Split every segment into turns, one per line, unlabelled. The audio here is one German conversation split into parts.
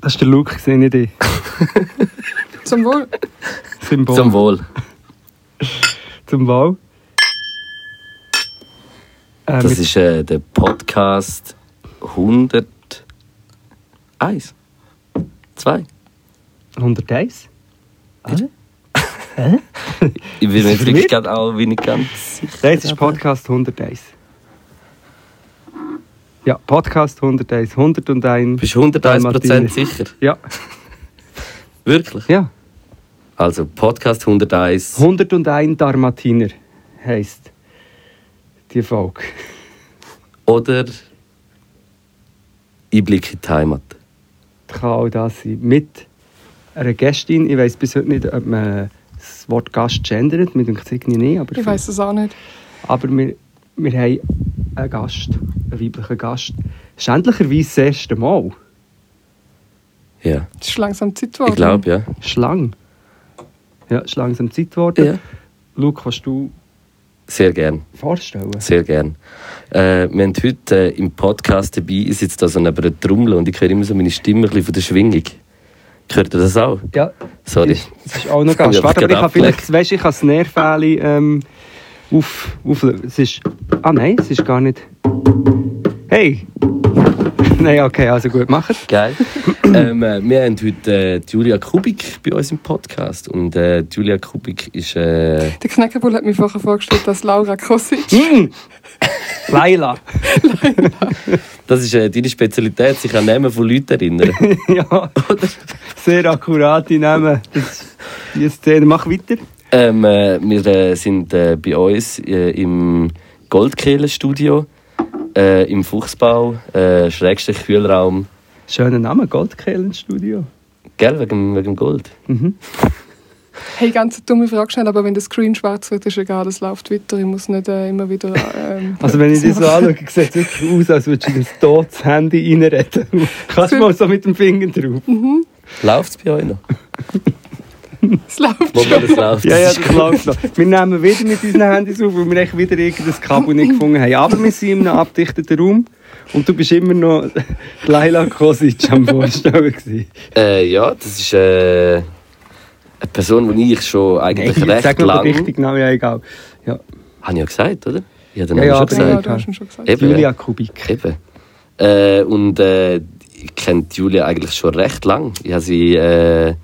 Das war der Luke, sehe ich dich.
Zum Wohl.
Symbol.
Zum Wohl.
Zum Wahl. Äh,
Das
mit-
ist äh, der Podcast 101. 2.
101?
Ich bin mir jetzt wirklich
verwirrt?
gerade auch wenig ganz sicher.
Nein, es ist Podcast 101. Ja, Podcast 101. 101.
Bist du 101%
Martini.
sicher?
Ja,
Wirklich?
ja.
Also Podcast 101.
101 Dalmatiner heisst die Folge.
Oder Einblick in die Heimat.
Das kann auch das sein. Mit einer Gästin. Ich weiß bis heute nicht, ob man das Wort Gast gendert. Mir denkt es irgendwie nicht. Aber
Ich weiß es auch nicht.
Aber wir, wir haben einen Gast, einen weiblichen Gast. Schändlicherweise das erste Mal.
Ja,
Es ist langsam Zeit geworden.
ich glaube, ja.
Schlang. Ja, ist langsam Zeit geworden.
Ja.
Luke, kannst du
Sehr gern,
vorstellen?
sehr gern. Äh, wir haben heute äh, im Podcast dabei, ich sitze da so neben einer Trommel und ich höre immer so meine Stimme ein bisschen von der Schwingung. Hört ihr das auch?
Ja,
Sorry.
Ist, ist auch noch
Jetzt habe
Gast.
ich
Warte, aber ich
gerade
kann vielleicht, weißt, ich kann das Nervfähli ähm, auf, auf, es ist, ah nein, es ist gar nicht, hey, nein, okay, also gut, machen.
Geil. ähm, äh, wir haben heute äh, die Julia Kubik bei uns im Podcast. Und äh, die Julia Kubik ist. Äh,
Der Knäckebull hat mir vorher vorgestellt, dass Laura Kosic.
Mm. Laila.
das ist äh, deine Spezialität, sich an Namen von Leuten erinnern.
ja, sehr akkurate Namen. Das, die Szene, mach weiter.
ähm, äh, wir äh, sind äh, bei uns äh, im Goldkehlenstudio, äh, im Fuchsbau, äh, Schrägstrich Kühlraum.
Schöner Name, Goldkehlenstudio.
Gell, wegen, wegen Gold.
Hey, ganz dumme Frage schnell, aber wenn der Screen schwarz wird, ist egal, es läuft weiter. Ich muss nicht äh, immer wieder. Ähm,
Also wenn ich das so anschaue, sieht es wirklich aus, als würdest du in ein totes Handy reinreden. Kannst du mal so mit dem Finger drauf?
Läuft es bei euch noch?
es läuft
Wo
schon.
man das läuft,
Ja,
das
ja,
ist
das läuft noch. Wir nehmen wieder mit unseren Handys auf, weil wir echt wieder irgendein Kabel nicht gefunden haben. Aber wir sind in einem abdichteten Raum und du bist immer noch Laila Kosic am Vorstellen. gewesen.
Äh, ja, das ist äh, eine Person, die ich schon eigentlich
Nein,
recht
sag noch den
lang. Habe
richtigen Namen, ja egal. Ja,
ich ja gesagt, oder? Ich habe den
Ja,
Namen
ja, genau. aber-
schon
Ja, ja,
gesagt.
du hast ihn schon gesagt.
Eben.
Julia Kubik.
Eben. Äh, und äh, ich kenne die Julia eigentlich schon recht lang. Ich habe sie. Äh,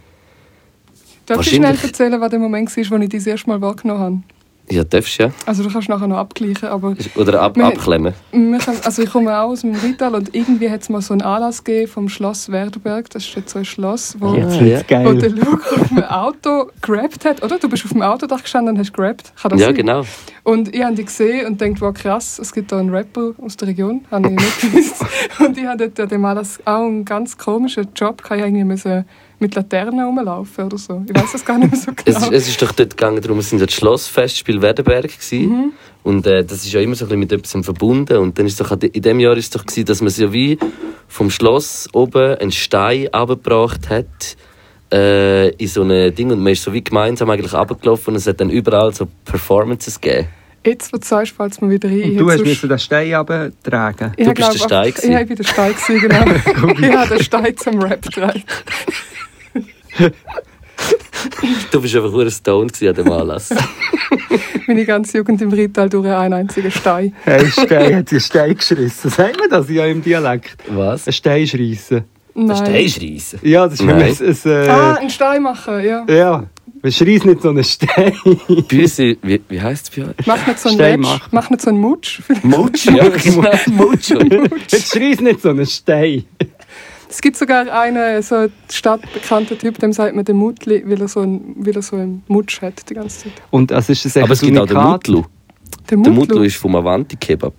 Darf ich schnell
Wahrscheinlich-
erzählen, was der Moment war, wo ich dich das erste Mal wahrgenommen habe?
ja, darfst du ja.
Also, du kannst nachher noch abgleichen, aber.
Oder ab,
Wir-
abklemmen.
Wir kommen, also ich komme auch aus dem Rital und irgendwie hat es mal so einen Anlass gegeben vom Schloss Werdenberg. Das ist jetzt so ein Schloss, wo,
Ja.
Jetzt wird's
wo der
geil.
Luke auf dem Auto gerappt hat, oder? Du bist auf dem Autodach gestanden und hast gerappt. Kann das
Ja,
sein?
genau.
Und ich habe die gesehen und denkt, wow, krass, es gibt da einen Rapper aus der Region. Habe ich nicht gewusst. Und ich hatte dort an dem Anlass auch einen ganz komischen Job. Ich irgendwie müssen mit Laternen rumlaufen oder so. Ich weiß das gar nicht mehr so
Es, ist,
genau.
es ist doch dort gegangen, darum es sind das Schlossfestspiel Werdenberg gsi und äh, das ist ja immer so ein bisschen mit etwas verbunden und dann ist doch in dem Jahr ist doch gsi, dass man so wie vom Schloss oben einen Stein abgebracht hat äh, in so ein Ding und man ist so wie gemeinsam eigentlich abgelaufen und es hat dann überall so Performances gegeben.
Jetzt, wo du sagst, fällt es mir wieder rein.
Und
Ich
du
hätte
hast
sonst-
müssen den Stein runtertragen.
Ich
Du
hab,
bist der
glaub,
Stein
einfach-
gewesen.
Ja, ich bin der Stein, gewesen, genau. ich habe den Stein zum Rap getragen.
Du bist einfach nur ein Stone gsi an dem Anlass.
Meine ganze Jugend im Rital durch einen einzigen Stein.
Hey, Stein hat sich Stein geschrissen. Sagt man das ja im Dialekt?
Was?
Ein Stein schreissen.
Nein.
Der ist riesig.
Ja, das ist für
Nein.
mich ein... ein äh,
Ah, einen Stein machen, ja.
Ja, man schreist nicht so einen Stein.
Bei uns, in- wie, wie heisst es bei euch?
Mach nicht so einen
Stein
Match,
machen.
mach nicht so einen Mutsch.
Mojo. Ja, genau. Mojo.
Jetzt schreist nicht so einen Stein.
Es gibt sogar einen so stadtbekannten Typ, dem sagt man den Mutli, weil er so einen, weil er so einen Mutsch hat die ganze Zeit.
Und also ist es
Aber es gibt auch den Mutlu. Der
Der
Mutlu
Mutli,
ist vom Avanti Kebab.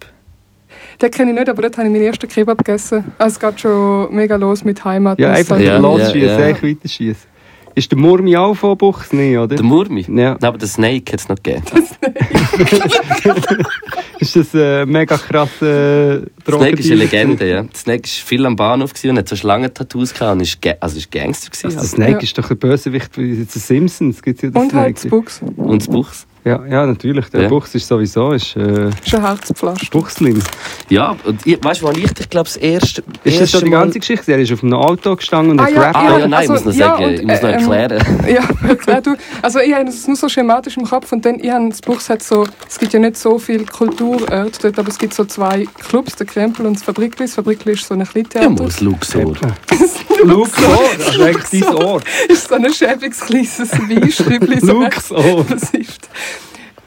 den kenne ich nicht, aber dort habe ich meinen ersten Kebab gegessen. Also es geht schon mega los mit Heimat.
Ja,
muss ich
einfach
sagen.
Ja,
ja,
ja,
losschießen,
ja.
echt weiterschießen. Ist der Murmi auch von Buchs? Nein, oder?
Der Murmi?
Ja.
Nein, aber der Snake hat es noch gegeben.
Ist das ein mega äh, krasser Drogen?
Snake ist eine Legende, ja. Der Snake war viel am Bahnhof gewesen und hat so Schlangen-Tattoos gehabt und ist, Ga- also ist Gangster. Gewesen,
Der
also.
Snake
Ja.
ist doch ein Bösewicht bei den Simpsons. Gibt's ja den
Und halt das
Snake.
Buchs.
Und das Buchs.
Ja, ja, natürlich. Der
Ja.
Buchs ist sowieso ist, äh,
Ist ein Herzpflaster.
Buchslim.
Ja, und ich, weißt du, wann ich dich, glaube das erste.
Ist das
erste
schon die
Mal-
ganze Geschichte? Er ist auf einem Auto gestanden und
Ah,
hat
ja.
gerappt.
Ah, ja, nein,
also,
ich muss noch
ja,
sagen,
und,
ich muss noch
äh, ähm,
erklären.
Ja, erklär du. Also ich habe es nur so schematisch im Kopf und dann, ich habe das Buchs hat so, es gibt ja nicht so viele Kulturorte dort, aber es gibt so zwei Clubs, der Krempel und das Fabrikli. Das Fabrikli ist so ein kleines
Ja,
Theater.
mal das Luxor.
Luxor! Das ist eigentlich dein Ohr.
ist so ein schäbiges kleines Weinstübli. so ein-
Luxor!
Das ist.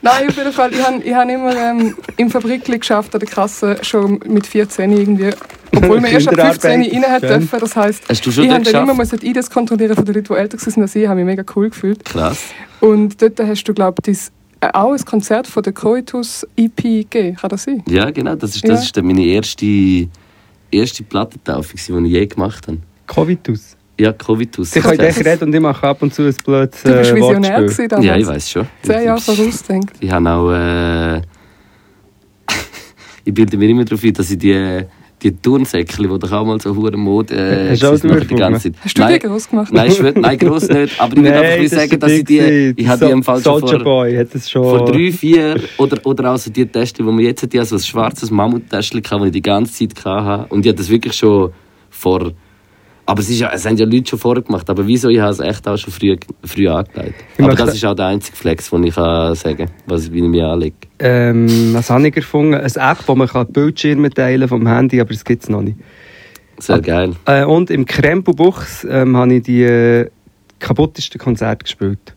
Nein, auf jeden Fall. Ich habe ich hab immer ähm, im Fabrikli geschafft, an der Kasse, schon mit 14 irgendwie. Obwohl wir erst ab 15
Kinderarbeit.
rein hat
Schön.
dürfen. Das heisst,
Hast du
ich
schon
habe
dort
dann immer
geschafft?
müssen die IDs kontrollieren von den Leuten, die älter waren als ich. Ich habe mich mega cool gefühlt.
Krass.
Und dort hast du, glaube ich, auch ein Konzert von der Coitus EP gegeben. Kann das sein?
Ja, genau. Das ist,
Ja.
das ist dann meine erste, erste Plattentaufe, gewesen, die ich je gemacht habe.
Covitus.
Ja, Covitus.
Sie können
Ja,
dich reden und ich mache ab und zu ein blödes
Du warst
äh,
visionär
Wortspiel.
gewesen damals.
Ja, ich weiß schon.
Zehn Jahre vorausdenkt.
Ich habe auch. Äh, ich bilde mir immer darauf ein, dass ich die, die Turnsäcke, die doch auch mal so hure Mode äh,
Hast du auch
gewesen sind, die
durchgefunden?
ganze Zeit.
Hast du
Nein.
dir groß gemacht?
Nein, ich will, nein, gross nicht. Aber ich will einfach ein bisschen sagen, dass ich die. Ich habe die im Fall schon
Soldier
vor,
Boy hat es schon.
vor drei, vier oder, oder auch so die Täschchen, die man jetzt hat, die also ein schwarzes Mammut-Täschchen, das ich die ganze Zeit hatte. Und ich habe das wirklich schon vor. Aber es, ist ja, es haben ja Leute schon vorher gemacht. Aber wieso? Ich habe es echt auch schon früh, früh angelegt.
Ich
aber
möchte-
das ist auch der einzige Flex, den ich kann sagen kann, was, wie ich mir anlege.
Ähm, was habe ich erfunden? Eine App, wo man kann Bildschirme teilen vom Handy, aber das gibt es noch nicht.
Sehr geil.
Äh, und im Krempelbuchs ähm, habe ich die äh, kaputtesten Konzerte gespielt.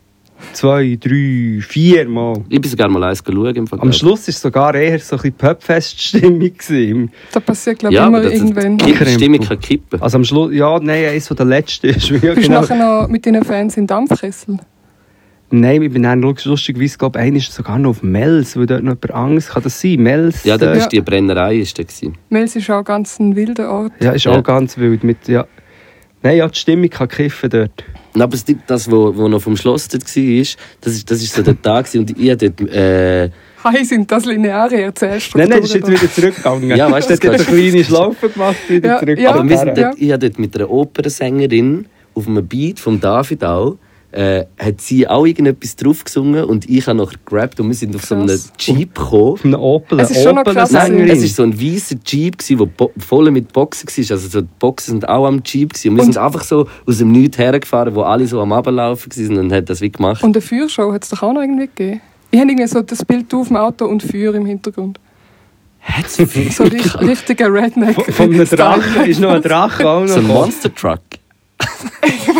Zwei, drei, vier Mal.
Ich bin sogar mal eins schauen. Im Fall,
Am Schluss war es sogar eher so ein bisschen Pöpfest-Stimmung. gewesen.
Da passiert, glaube ich,
ja, aber
immer
das,
irgendwann.
die Stimmung kann kippen.
Also am Schluss, ja, nein, eins von der letzten ist mir
Du bist
genau.
nachher noch mit deinen Fans in Dampfkessel.
Nein, ich bin dann lustigerweise, glaube einer ist sogar noch auf Mels, weil dort noch jemand Angst kann das sein. Mels,
Ja,
äh,
das
Ja.
war die Brennerei. Ist das gewesen.
Mels ist auch ganz ein wilder Ort.
ja, ist
Ja.
auch ganz wild. Mit, ja. Nein, ja, die Stimmung kann kiffen dort.
Nein, aber es- das, wo, wo noch vom Schloss dort war, das ist, das ist so der Tag gewesen, und ich hab dort, äh,
Hi, sind das lineare
Nein,
Erzählstrukturen?
nein, das ist jetzt wieder zurückgegangen.
Ja, weißt du,
das hat eine
das-
kleine Schlaufe gemacht, wieder
Ja,
zurück.
ja.
zu
aber wir sind
der-
dort, ich hab dort mit einer Opernsängerin auf einem Beat von David auch, äh, hat sie auch irgendetwas drauf gesungen und ich habe nachher gerappt und wir sind auf so einem
Krass.
Jeep gekommen.
Auf einem Opel,
Es ist schon noch krass,
Nein,
Opel-Sängerin.
es war so ein weißer Jeep, gewesen, der bo- voll mit Boxen war. Also so die Boxen sind auch am Jeep. Gewesen. Und wir
Und-
sind einfach so aus dem Nichts hergefahren, wo alle so am Ablaufen waren und haben das wie gemacht.
Und eine Feuershow hat es doch auch noch irgendwie gegeben. Ich habe irgendwie so das Bild auf dem Auto und Feuer im Hintergrund.
Hat's
So richtig, richtiger Redneck.
Von- Von einem
Style.
Drachen ist noch ein Drache auch noch.
so ein
gekommen.
Monster Truck.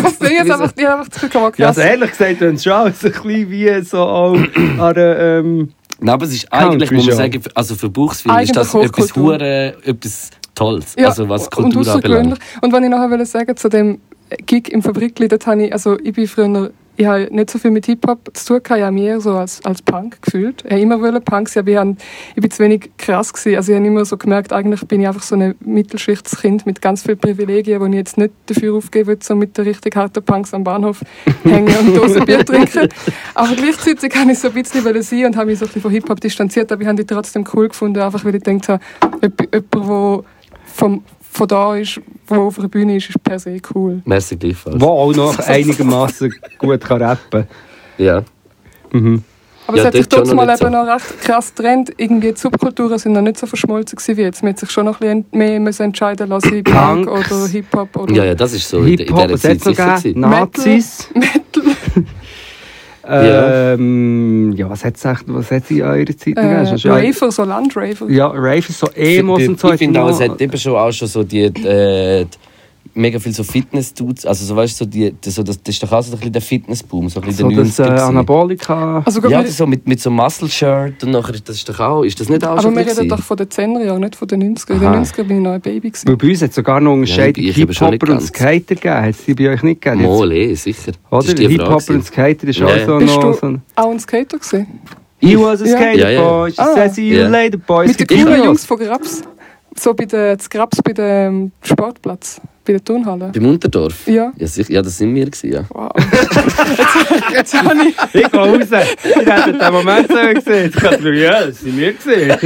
Was denn jetzt einfach, ich habe einfach das Gefühl, gehabt,
Ja,
krass.
also ehrlich gesagt, wenn es schon alles ein bisschen wie so auch an einer, ähm,
Nein, aber es ist
Country
eigentlich, muss man
Show.
sagen, also für Buchswil ist das
Eigentlich
etwas,
Hochkultur.
hure, etwas Tolles.
Ja,
also was
und
Kultur
außergewöhnlich.
anbelangt.
Und wenn ich nachher will sagen zu dem Gig im Fabrikli, dort habe ich, also ich bin früher, ich habe nicht so viel mit Hip-Hop zu tun, gehabt, ich habe mich eher so als, als Punk gefühlt. Ich habe immer wollte Punk sein, aber ich, habe, ich bin zu wenig krass gewesen. Also ich habe immer so gemerkt, eigentlich bin ich einfach so ein Mittelschichtskind mit ganz vielen Privilegien, wo ich jetzt nicht dafür aufgeben würde, so mit den richtig harten Punks am Bahnhof hängen und Dosenbier trinken. Aber gleichzeitig habe ich so ein bisschen wollen sein und habe mich so ein bisschen von Hip-Hop distanziert, aber ich habe die trotzdem cool gefunden, einfach weil ich gedacht habe, jemand, jemand der vom, von da ist, wo auf der Bühne ist, ist per se cool.
Merci gleichfalls.
wo auch noch einigermaßen gut kann rappen
Ja.
Aber es
Ja,
hat sich
dort schon
trotzdem mal
noch nicht
eben
so.
noch recht krass getrennt. Irgendwie die Subkulturen sind noch nicht so verschmolzen gewesen wie jetzt. Man hat sich schon noch ein bisschen mehr müssen entscheiden lassen, ob Punk
Punks.
oder Hip-Hop oder
ja, ja, das ist so in, in
Hip-Hop,
dieser
was
Zeit
hat's noch
sicher.
gegeben?
gewesen.
Nazis.
Metal.
Ähm, ja, was hat es was hat's in eurer Zeit noch
Äh,
gegeben? Schon-
Raver, so Landraver.
Ja, Rave ist so Emos
Ich-
und so.
Ich finde auch, es
noch-
hat eben schon auch schon so die, äh, die- mega viel so Fitness-Dudes, also so weißt du, so die, das, so, das, das ist doch auch so ein bisschen der Fitness-Boom, so ein bisschen
so
der
das
90er.
äh,
gewesen.
Anabolika.
Also, gut,
ja,
wir,
das so mit, mit so Muscle-Shirt und nachher, ist das ist doch auch, ist das nicht auch
aber
schon
wir
ein
reden
bisschen
doch von den 10er Jahren, nicht von den 90er. In den
Aha.
90er bin ich noch ein Baby. Gewesen.
Weil bei uns hat es sogar noch Unterscheidung
Ja, ich- ich eben schon nicht
Hip-Hopper und
ganz.
Skater gegeben. Hat es die bei euch nicht gegeben? Jetzt-
Mal, eh, sicher. Das
Oder?
ist die Frage
Hip-Hopper und
gewesen.
Skater ist
Ja,
auch
ja.
so
Bist
noch so
du
ein...
auch ein Skater gewesen?
He was a
Ja.
skater
Ja, ja.
boy, she
Ah.
says see you
Ja.
later boy.
Mit den
Skippy
coolen
Jones.
Jungs von Grabs? So bei den Skrabs, bei dem Sportplatz, bei der Turnhalle.
Beim Unterdorf?
Ja.
Ja, sicher. ja das sind wir. Gewesen, ja.
Wow. jetzt, jetzt habe ich...
Ich gehe raus. Ihr hättet den Moment selber gesehen. Ich dachte mir, ja, das sind wir gesehen.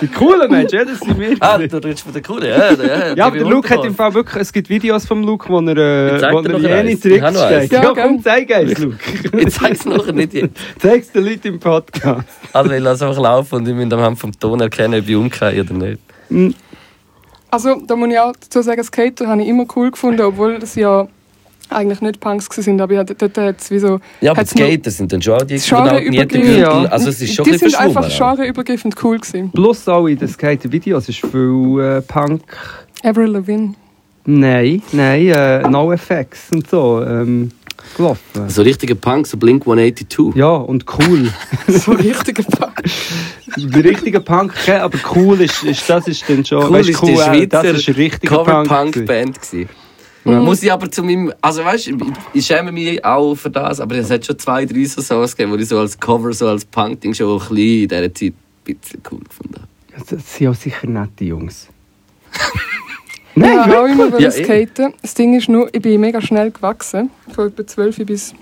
Die coolen Menschen, ja, das sind wir.
Ah,
gewesen.
du redest von der Kuhle. Ja, ja,
Ja, aber der Luke hat im Fall wirklich, es gibt Videos vom Luke, wo er,
Jetzt
äh,
zeig
wo
dir
er
noch
jene
eins. Ich
Tricks
hab noch eins.
zeigt. Ja,
Ja,
komm,
gell?
zeig eins, Luke.
Ich zeig's nachher nicht jetzt.
Zeig's den Leuten im Podcast.
Also, ich lasse einfach laufen und ich muss am Hand vom Ton erkennen, ob ich umgehe oder nicht.
Also, da muss ich auch dazu sagen, Skater habe ich immer cool gefunden, obwohl das ja eigentlich nicht Punks waren, aber ja, dort- dort hat es wie so...
Ja, aber die
hat's noch-
Skater sind dann schon auch die
Genreübergreifend.
Gürtel.
Ja.
Also, es ist schon ein
Die
bisschen
sind einfach
verschwommen.
genreübergreifend cool gewesen.
Plus auch in den Skater-Videos ist viel äh, Punk.
Avril Lavigne.
Nein, nein, äh, No Effects und so ähm, gelaufen.
So richtiger Punk, so Blink 182.
Ja, und cool.
So richtiger Punk.
Der richtige Punk, okay, aber cool ist, ist das ist dann schon.
Cool
weißt,
ist die
äh, das
Schweizer
ist ein richtiger Punk. gewesen.
Cover-Punk-Band. gewesen. Muss ich aber zu meinem. Also, weißt du, ich- ich schäme mich auch für das, aber es hat schon zwei, drei so Songs gegeben, die ich so als Cover, so als Punk-Ding schon ein bisschen in dieser Zeit ein bisschen cool gefunden habe.
Das sind auch sicher nette Jungs.
Ich
nein,
habe auch immer
Ja,
wollte
eh.
skaten. Das Ding ist nur, ich bin mega schnell gewachsen. Von etwa 12 bis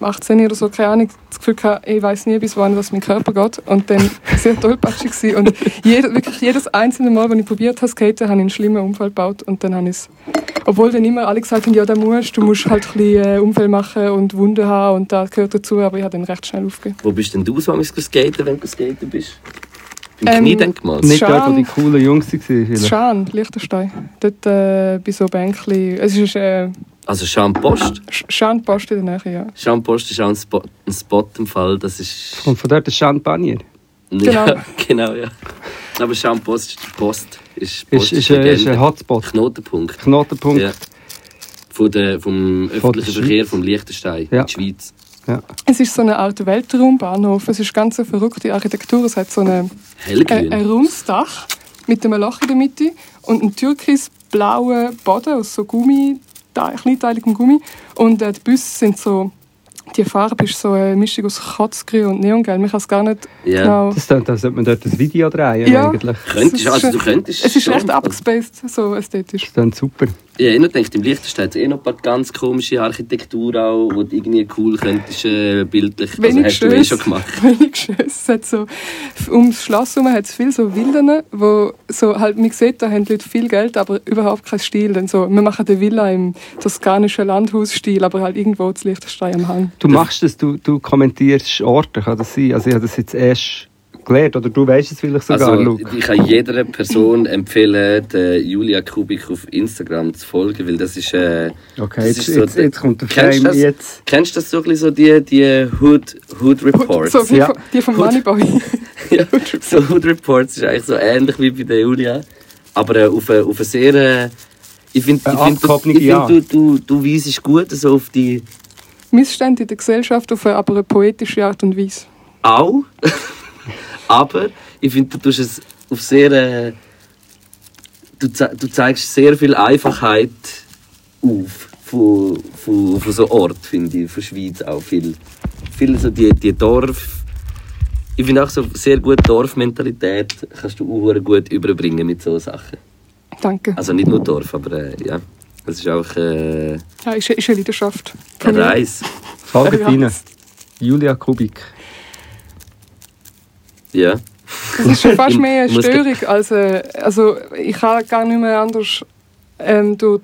18 oder so, keine Ahnung. Das Gefühl hatte, ich weiß nie, bis wann was mein Körper geht. Und dann sehr tollpatschig gewesen. Und jeder, wirklich jedes einzelne Mal, wenn ich probiert habe, skaten, habe ich einen schlimmen Unfall gebaut. Und dann habe ich es... Obwohl dann immer alle gesagt haben, ja, da musst du, du musst halt ein bisschen äh, Unfälle machen und Wunden haben und das gehört dazu. Aber ich habe dann recht schnell aufgegeben.
Wo bist denn du so am skaten, wenn du skaten bist? Beim
Ähm,
Knie, denke ich mal.
nicht
Scham.
dort, wo die coolen Jungs waren. vielleicht.
Das Schan, Liechtenstein. Dort äh, bei so Bänkli... Es ist äh,
Also Sean Post.
Schandpost in der Nähe, ja.
Sean Post ist auch ein Spot, ein Spot im Fall. Das ist.
Und von dort der Champagner.
Genau.
Ja, genau, ja. Aber Sean Post ist Post.
Ist,
Ist,
äh, ist,
Post
ein- ist
Legende.
ein Hotspot.
Knotenpunkt.
Knotenpunkt.
Ja. Von der, vom öffentlichen
Schweiz.
Verkehr, vom Liechtenstein
Ja.
in der Schweiz.
Ja.
Es ist so eine alte Weltraumbahnhof. Es ist ganz eine verrückte Architektur. Es hat so eine, äh,
Hellgrün.
ein, ein rundes Dach mit einem Loch in der Mitte und einen türkisblauen Boden aus so Gummi, te- kleinteiligem Gummi. Und äh, die Busse sind so... Die Farbe ist so eine Mischung aus Kotzgrün und Neongelb. Man kann es gar nicht
Ja.
genau...
Das klingt, als sollte man dort ein Video drehen.
Ja.
Eigentlich.
Könntest,
Es ist
also du
schon-
könntest
Es ist
schon.
recht abgespaced, so ästhetisch.
Das klingt super.
Ich habe eh noch gedacht, im Liechtenstein hat es eh noch ein paar ganz komische Architektur auch, wo du irgendwie cool könntest äh, bildlich... also
Wenig
hast du eh
Schönes.
schon gemacht.
wenig Schönes. Es hat so, ums Schloss herum hat es viele so Villen, wo so halt, man sieht, da haben die Leute viel Geld, aber überhaupt keinen Stil. Denn so, wir machen eine Villa im toskanischen Landhausstil, aber halt irgendwo zu Liechtenstein am Hang.
Du machst das, du, du kommentierst Orte, kann das sein? Also ich habe das jetzt erst gelernt, oder du weißt es vielleicht sogar,
Also
Luke.
ich kann jeder Person empfehlen, der Julia Kubik auf Instagram zu folgen, weil das ist... Äh,
Okay, jetzt,
das ist so
jetzt,
der-
jetzt kommt der
Kennst du
Frame.
das?
Jetzt.
Kennst du das so ein bisschen so, die, die Hood, Hood Reports?
So wie
Ja.
von- die vom
Gut.
Moneyboy.
ja, so Hood Reports ist eigentlich so ähnlich wie bei der Julia, aber äh, auf, eine, auf eine sehr... Äh, ich finde,
Eine
ich find, du,
abgehobene
ich find,
Art.
du, du, du weisest gut so auf die...
Missstände in der Gesellschaft auf eine, aber eine poetische Art und Weise.
auch. Aber ich finde, du tust es auf sehr. Äh, du, ze du zeigst sehr viel Einfachheit auf von, von, von so Ort, finde ich. Von Schweiz auch viel. Viel so die, die Dorf. Ich finde auch so sehr gut Dorfmentalität kannst du auch sehr gut überbringen mit so Sachen.
Danke.
Also nicht nur Dorf, aber äh, ja. Es ist auch äh,
Ja, ist, eine- ist eine Leidenschaft.
eine Reise.
Folgt
Ja.
rein. Julia Kubik.
Ja.
Das ist schon fast mehr eine
Ich muss ge-
Störung als äh, also ich kann gar nicht mehr anders ähm, durch,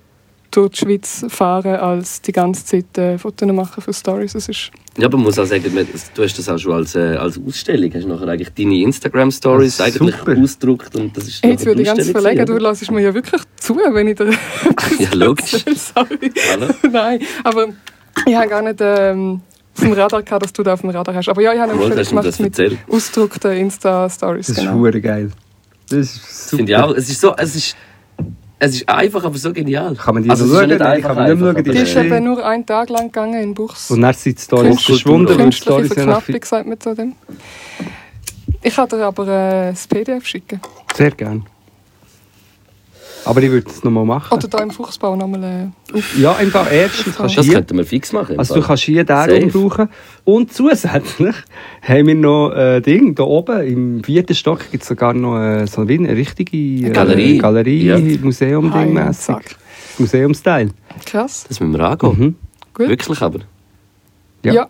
durch die Schweiz fahren als die ganze Zeit äh, Fotos machen für Stories. Es ist
Ja, aber man muss auch sagen, man- du hast das auch schon als, äh, als Ausstellung, hast nachher eigentlich deine Instagram-Stories
Ja,
eigentlich
super.
ausgedruckt und das ist
Hey, jetzt
nachher
würde
die
ich ganz
Ausstellung
verlegen. Du
gewesen,
lässt mir ja wirklich zu, wenn ich dir etwas
Ja, logisch.
erzähle. Sorry.
Hallo?
Nein, aber ich habe gar nicht ähm, auf dem Radar gehabt, dass du da auf dem Radar hast. Aber ja, ich habe eine
Obwohl,
Ausstellung
hast du mir das
gemacht mit
erzählt?
ausgedruckten Insta-Stories.
Das ist
Genau.
hure geil. Das ist
oder?
super.
Finde ich auch. Es ist so, es ist, es ist einfach, aber so genial.
Kann man die
also,
noch
es ist
schauen?
ja nicht
Nein,
einfach,
kann man nicht mehr
einfach,
schauen, die
Die
aber, äh,
ist
Schön.
eben nur einen Tag lang gegangen in Buchs.
Und dann sind die Stories
Künstliche
verschwunden, weil die
Künstliche
Stories sind einfach
Verknappung, sagt man zu dem. Ich kann dir aber äh, das PDF schicken.
Sehr gerne. Aber ich würde es nochmal machen.
Oder hier im Fuchsbau nochmal. Äh, auf-
Ja, im Fall erstens kannst du
Das
hier,
könnten wir fix machen. im
also du
Fall.
kannst hier den
Safe.
umbrauchen. Und zusätzlich haben wir noch äh, Ding, da oben im vierten Stock gibt es sogar noch äh, so wie eine richtige äh,
Galerie.
Galerie
Ja.
Ah,
Museum-Ding-mässig.
Zack.
Museumsteil.
Krass.
Das müssen wir angehen.
Mhm.
Gut.
Wirklich aber.
Ja.
Ja.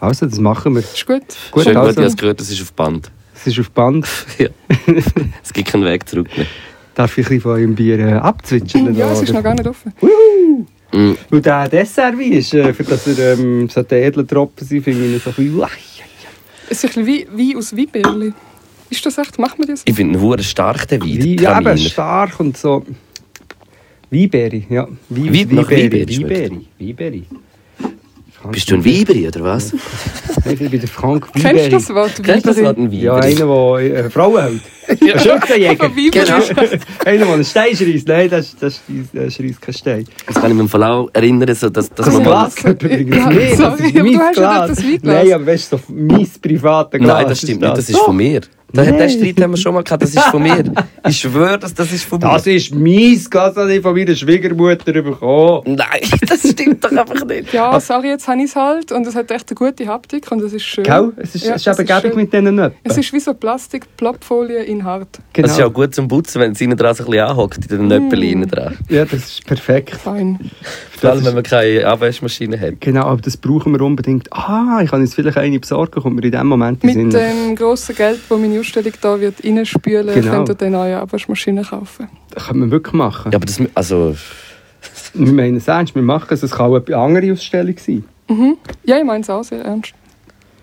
Also, das machen wir.
ist gut.
Gut,
Schön, gut, ich
also.
habe es gehört, das ist auf Band.
Es ist auf Band.
Ja. es gibt keinen Weg zurück mehr.
Darf ich ein bisschen von eurem Bier äh, abzwitschern?
Ja, es ist
oder?
noch gar nicht offen.
Mm.
Weil der Dessert wie ist, äh, für dass er ähm, so der edle Tropfen sein finde ich ihn so ein bisschen... uah, ja, ja.
Es ist ein bisschen wie, wie aus Weinbirli. Ist das echt? Macht man das?
Ich finde einen verdammt stark, den Wein.
Wie,
Wie,
ja, eben stark und so... Weinbeere, ja. Wie,
Wie- nach Weinbeere schmeckt.
Weinbeere, Weinbeere. Frank
Bist du ein Weiberi oder was?
Weinbeere? Ich bin der Frank
Kennst
Weinbeere.
du das Wort
Kennst du das Wort
Weinbirli?
Ja,
ein Weiberi?
einer, der äh, Frauen hält. Ja. Schützenjäger.
Auf einen Weinbeere.
einer, der einen Stein schreist. Nein, das, das, das schreist keinen Stein.
Das kann ich mich im Fall auch erinnern, so, dass, dass
Das
man mal...
Glas gehört übrigens
Ja,
mir.
Oh sorry,
das ist
aber
mein
du hast ja
Glas.
dort das Weinglas.
Nein, aber weißt du, so mein privates Glas.
Nein, das stimmt nicht, das ist
Doch,
von mir. Da hat
Nein.
den Streit haben wir schon mal gehabt, das ist von mir. Ich schwöre, dass das ist von mir.
Das ist mein Glas, das ich von meiner Schwiegermutter bekommen
Nein, das stimmt doch einfach nicht.
Genau.
Ja, sorry, jetzt habe ich es halt und es hat echt eine gute Haptik und es ist schön.
Gell? Es ist,
Ja,
es ist eben gäbig
schön.
mit diesen Nöppen.
Es ist wie so Plastik-Plopfolie in Hart.
genau. Mm.
Das ist ja auch gut zum Putzen, wenn es innen dran so ein bisschen anhockt, in den Nöppel innen dran.
ja, das ist perfekt.
Fein.
Vor allem,
ist-
wenn man keine Abwaschmaschine hat.
Genau, aber das brauchen wir unbedingt. Ah, ich kann jetzt vielleicht eine besorgen, kommt mir in dem Moment in den
Mit
Sinn. Äh,
dem grossen Geld, das meine Ausstellung hier wird reinspülen,
Genau.
könnt ihr die neue Abwaschmaschine kaufen.
das können wir wirklich machen.
Ja, aber das... mü- Also...
Wir meinen es ernst, wir machen es. Es kann auch eine andere Ausstellung sein.
Ja, ich meine es auch sehr ernst.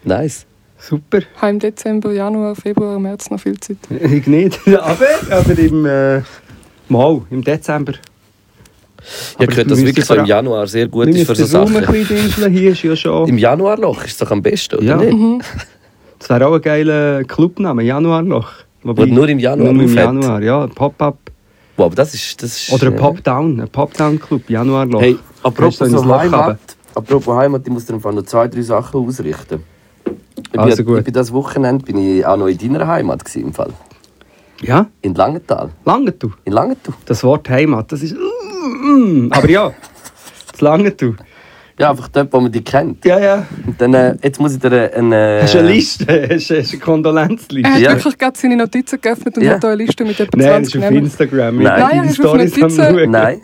Nice.
Super.
Habe im Dezember, Januar, Februar, März noch viel Zeit.
Ich nicht. aber, aber im... Äh, mal, im Dezember.
Ich
Aber
habe gehört,
wir
dass
müssen
wirklich so im
vor-
Januar sehr gut
Wir
ist für so
müssen den Raum ein
Sachen.
bisschen dinkeln. Hier ist ja schon...
Im Januarloch ist es doch am besten, oder
Ja. Mhm.
nicht?
Das wäre auch ein geiler Clubname, Januarloch. Wobei,
Wo nur im Januar
Nur im
aufhat.
Januar, ja. ein Pop-Up.
Wow, aber das ist... Das ist
Oder ein
äh,
Pop-Down. Ein Pop-Down-Club, Januarloch.
Hey, apropos
Kannst du in das Loch runter?
Heimat. Apropos Heimat, ich muss dir einfach noch zwei, drei Sachen ausrichten. Ich
Also
bin,
gut.
Ich bin das Wochenende bin ich auch noch in deiner Heimat gewesen, im Fall.
Ja,
In Langenthal.
Langenthal.
In Langenthal.
Das Wort Heimat, das ist... Mm, mm. Aber ja, das Langenthal.
Ja, einfach dort, wo man dich kennt.
Ja, ja.
Und dann, äh, jetzt muss ich dir eine...
Hast du eine Liste? Hast du hast du eine Kondolenzliste?
Er hat
Ja.
wirklich gerade seine Notizen geöffnet und
Ja.
hat da eine Liste mit etwa
Nein, das
20
ist auf
Namen.
Instagram.
Nein.
Ich bin
genau. Nein,
die
das ist auf
Storys am
Notizen.
Schauen.
Nein.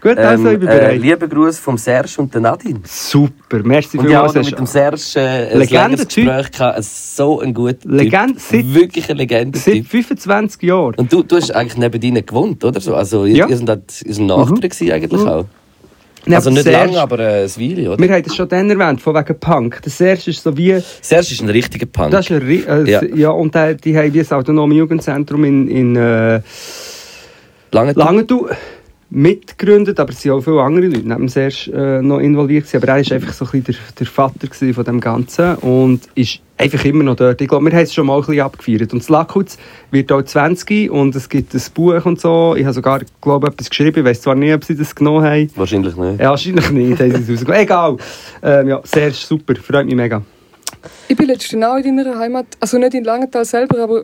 Gut, also ich
Ähm,
bin
äh,
bereit.
lieben Gruß vom Serge und der Nadine.
Super, merci
Und ich habe
vielmals.
auch noch mit dem
Hast-
Serge äh, ein
Legende-Typ.
längeres Gespräch gehabt. Ein- So ein guter
Legende-
Typ.
seit-
Wirklich ein Legende-Typ.
Seit 25 Jahren.
Und du, du hast eigentlich neben ihnen gewohnt, oder? So, also, ihr,
Ja. Mhm.
ihr seid halt- ihr seid Nachbarn gewesen eigentlich auch.
Neben
also nicht
Serge-
lange, aber äh, ein Weile, oder?
Wir haben das schon dann erwähnt, von wegen Punk. Das erste ist so wie...
Serge ist ein richtiger Punk.
Das ist ein, Ri- äh,
Ja.
ja. und äh, die haben wie das Autonome Jugendzentrum in, in äh,
Lange
Langenthal mitgegründet, aber es sind auch viele andere Leute neben dem Serge äh, noch involviert gewesen. Aber er war einfach so ein bisschen der, der Vater gewesen von dem Ganzen und ist einfach immer noch dort. Ich glaube, wir haben es schon mal ein bisschen abgefeiert. Und das Lakutz wird auch 20 und es gibt ein Buch und so. Ich habe sogar, glaube ich, etwas geschrieben. Ich weiß zwar nicht, ob sie das genommen haben.
Wahrscheinlich nicht.
Ja, wahrscheinlich nicht, haben sie es rausgenommen. Egal. Ähm, ja, Serge, super. Freut mich mega.
Ich bin letztens auch in deiner Heimat, also nicht in Langenthal selber, aber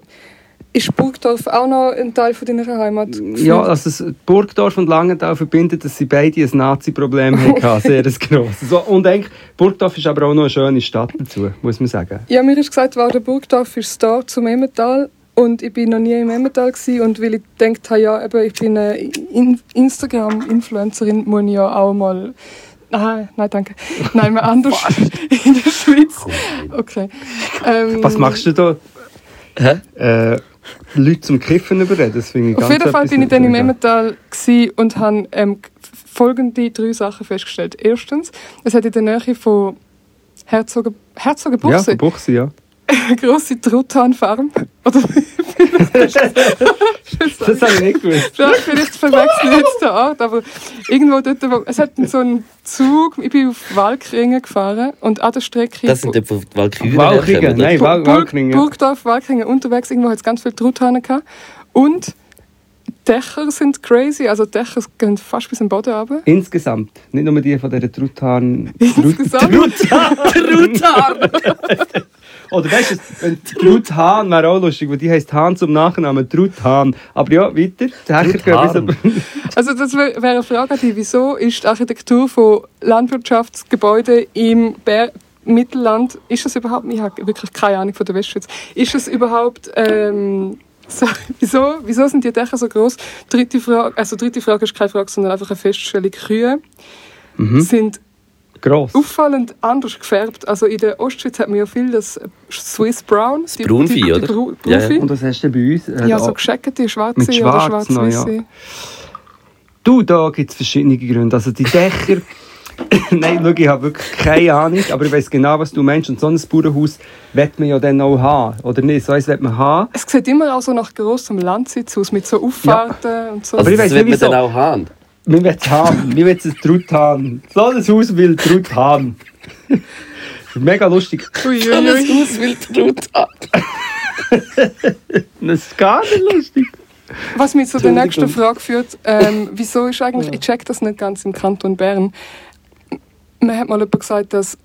ist Burgdorf auch noch ein Teil von deiner Heimat?
Ja, also das Burgdorf und Langenthal verbindet, dass sie beide ein Nazi-Problem hatten, sehr ein grosses. So, und eigentlich, Burgdorf ist aber auch noch eine schöne Stadt dazu, muss man sagen.
Ja, mir ist gesagt, worden, Burgdorf ist da zum Emmental und ich bin noch nie im Emmental gewesen. und weil ich gedacht habe, ja, eben, ich bin eine In Instagram-Influencerin, muss ich ja auch mal... Ah, nein, danke. Nein, mal anders in der Schweiz. Okay. Ähm,
Was machst du da?
Hä?
Äh, Leute zum Kiffen überreden, das finde ich
Auf
ganz
jeden Fall
etwas
bin ich dann im
Natürliches.
Emmental gsi und habe ähm, folgende drei Sachen festgestellt. Erstens, es hat in der Nähe von Herzogen,
Ja,
Herzogenbuchse
von Buchse, ja.
eine grosse Truthahn-Farm. Oder
Das habe ich nicht gewusst.
ja, vielleicht verwechsel ich jetzt den Ort, aber irgendwo dort, wo, es hat so einen Zug, ich bin auf Walkringen gefahren und an der Strecke...
Das sind etwa die Walküren.
Walkringen, nein,
Bur-
Wal-
Bur-
Walkringen. ja.
Burgdorf, Walkringen unterwegs, irgendwo hat es ganz viele Truthahnen gehabt. Und Dächer sind crazy, also Dächer gehen fast bis zum Boden runter.
Insgesamt, nicht nur die von dieser Truthahn...
Insgesamt.
Truthahn! Oder weißt du, wenn Trud Hahn wäre auch lustig, weil die heisst Hahn zum Nachnamen, Trud Hahn. Aber ja, weiter. Die Hacker gehen bis
Hahn.
Also das wär- wäre eine Frage an dich. Wieso ist die Architektur von Landwirtschaftsgebäuden im Ber Mittelland, ist das überhaupt, ich habe wirklich keine Ahnung von der Westschweiz, ist das überhaupt, ähm, so, wieso, wieso sind die Dächer so groß? Dritte Frage, also dritte Frage ist keine Frage, sondern einfach eine Feststellung. Kühe
Mhm.
sind
gross.
auffallend anders gefärbt. Also in der Ostschweiz hat man ja viel das Swiss Brown. Das
Braunvieh, oder?
Brau
Ja, ja.
Braunvieh.
Und das hast du bei uns. Äh,
Ja,
da-
so gescheckte, schwarze
Mit schwarz
oder
noch, ja.
schwarz-weisse.
Du, da gibt es verschiedene Gründe. Also die Dächer. Nein, schau, ich habe wirklich keine Ahnung, aber ich weiß genau, was du meinst. Und so ein Bauernhaus wird man ja dann auch haben, oder nicht? So eins wird man haben.
Es sieht immer auch so nach grossem Landsitz aus, mit so Auffahrten und so.
Aber
Also,
ich
das
weiss
wird
nicht,
man dann
wieso.
auch haben.
Wir wollen es haben. Wir wollen es Trut haben. So ein Haus will Trut haben. Mega lustig.
Uiuiui.
Haus will Trud haben.
Das ist gar nicht lustig.
Was mich zu der
Entschuldigung.
nächsten Frage führt, ähm, wieso ist eigentlich, ich check das nicht ganz im Kanton Bern, man hat mal jemand gesagt, dass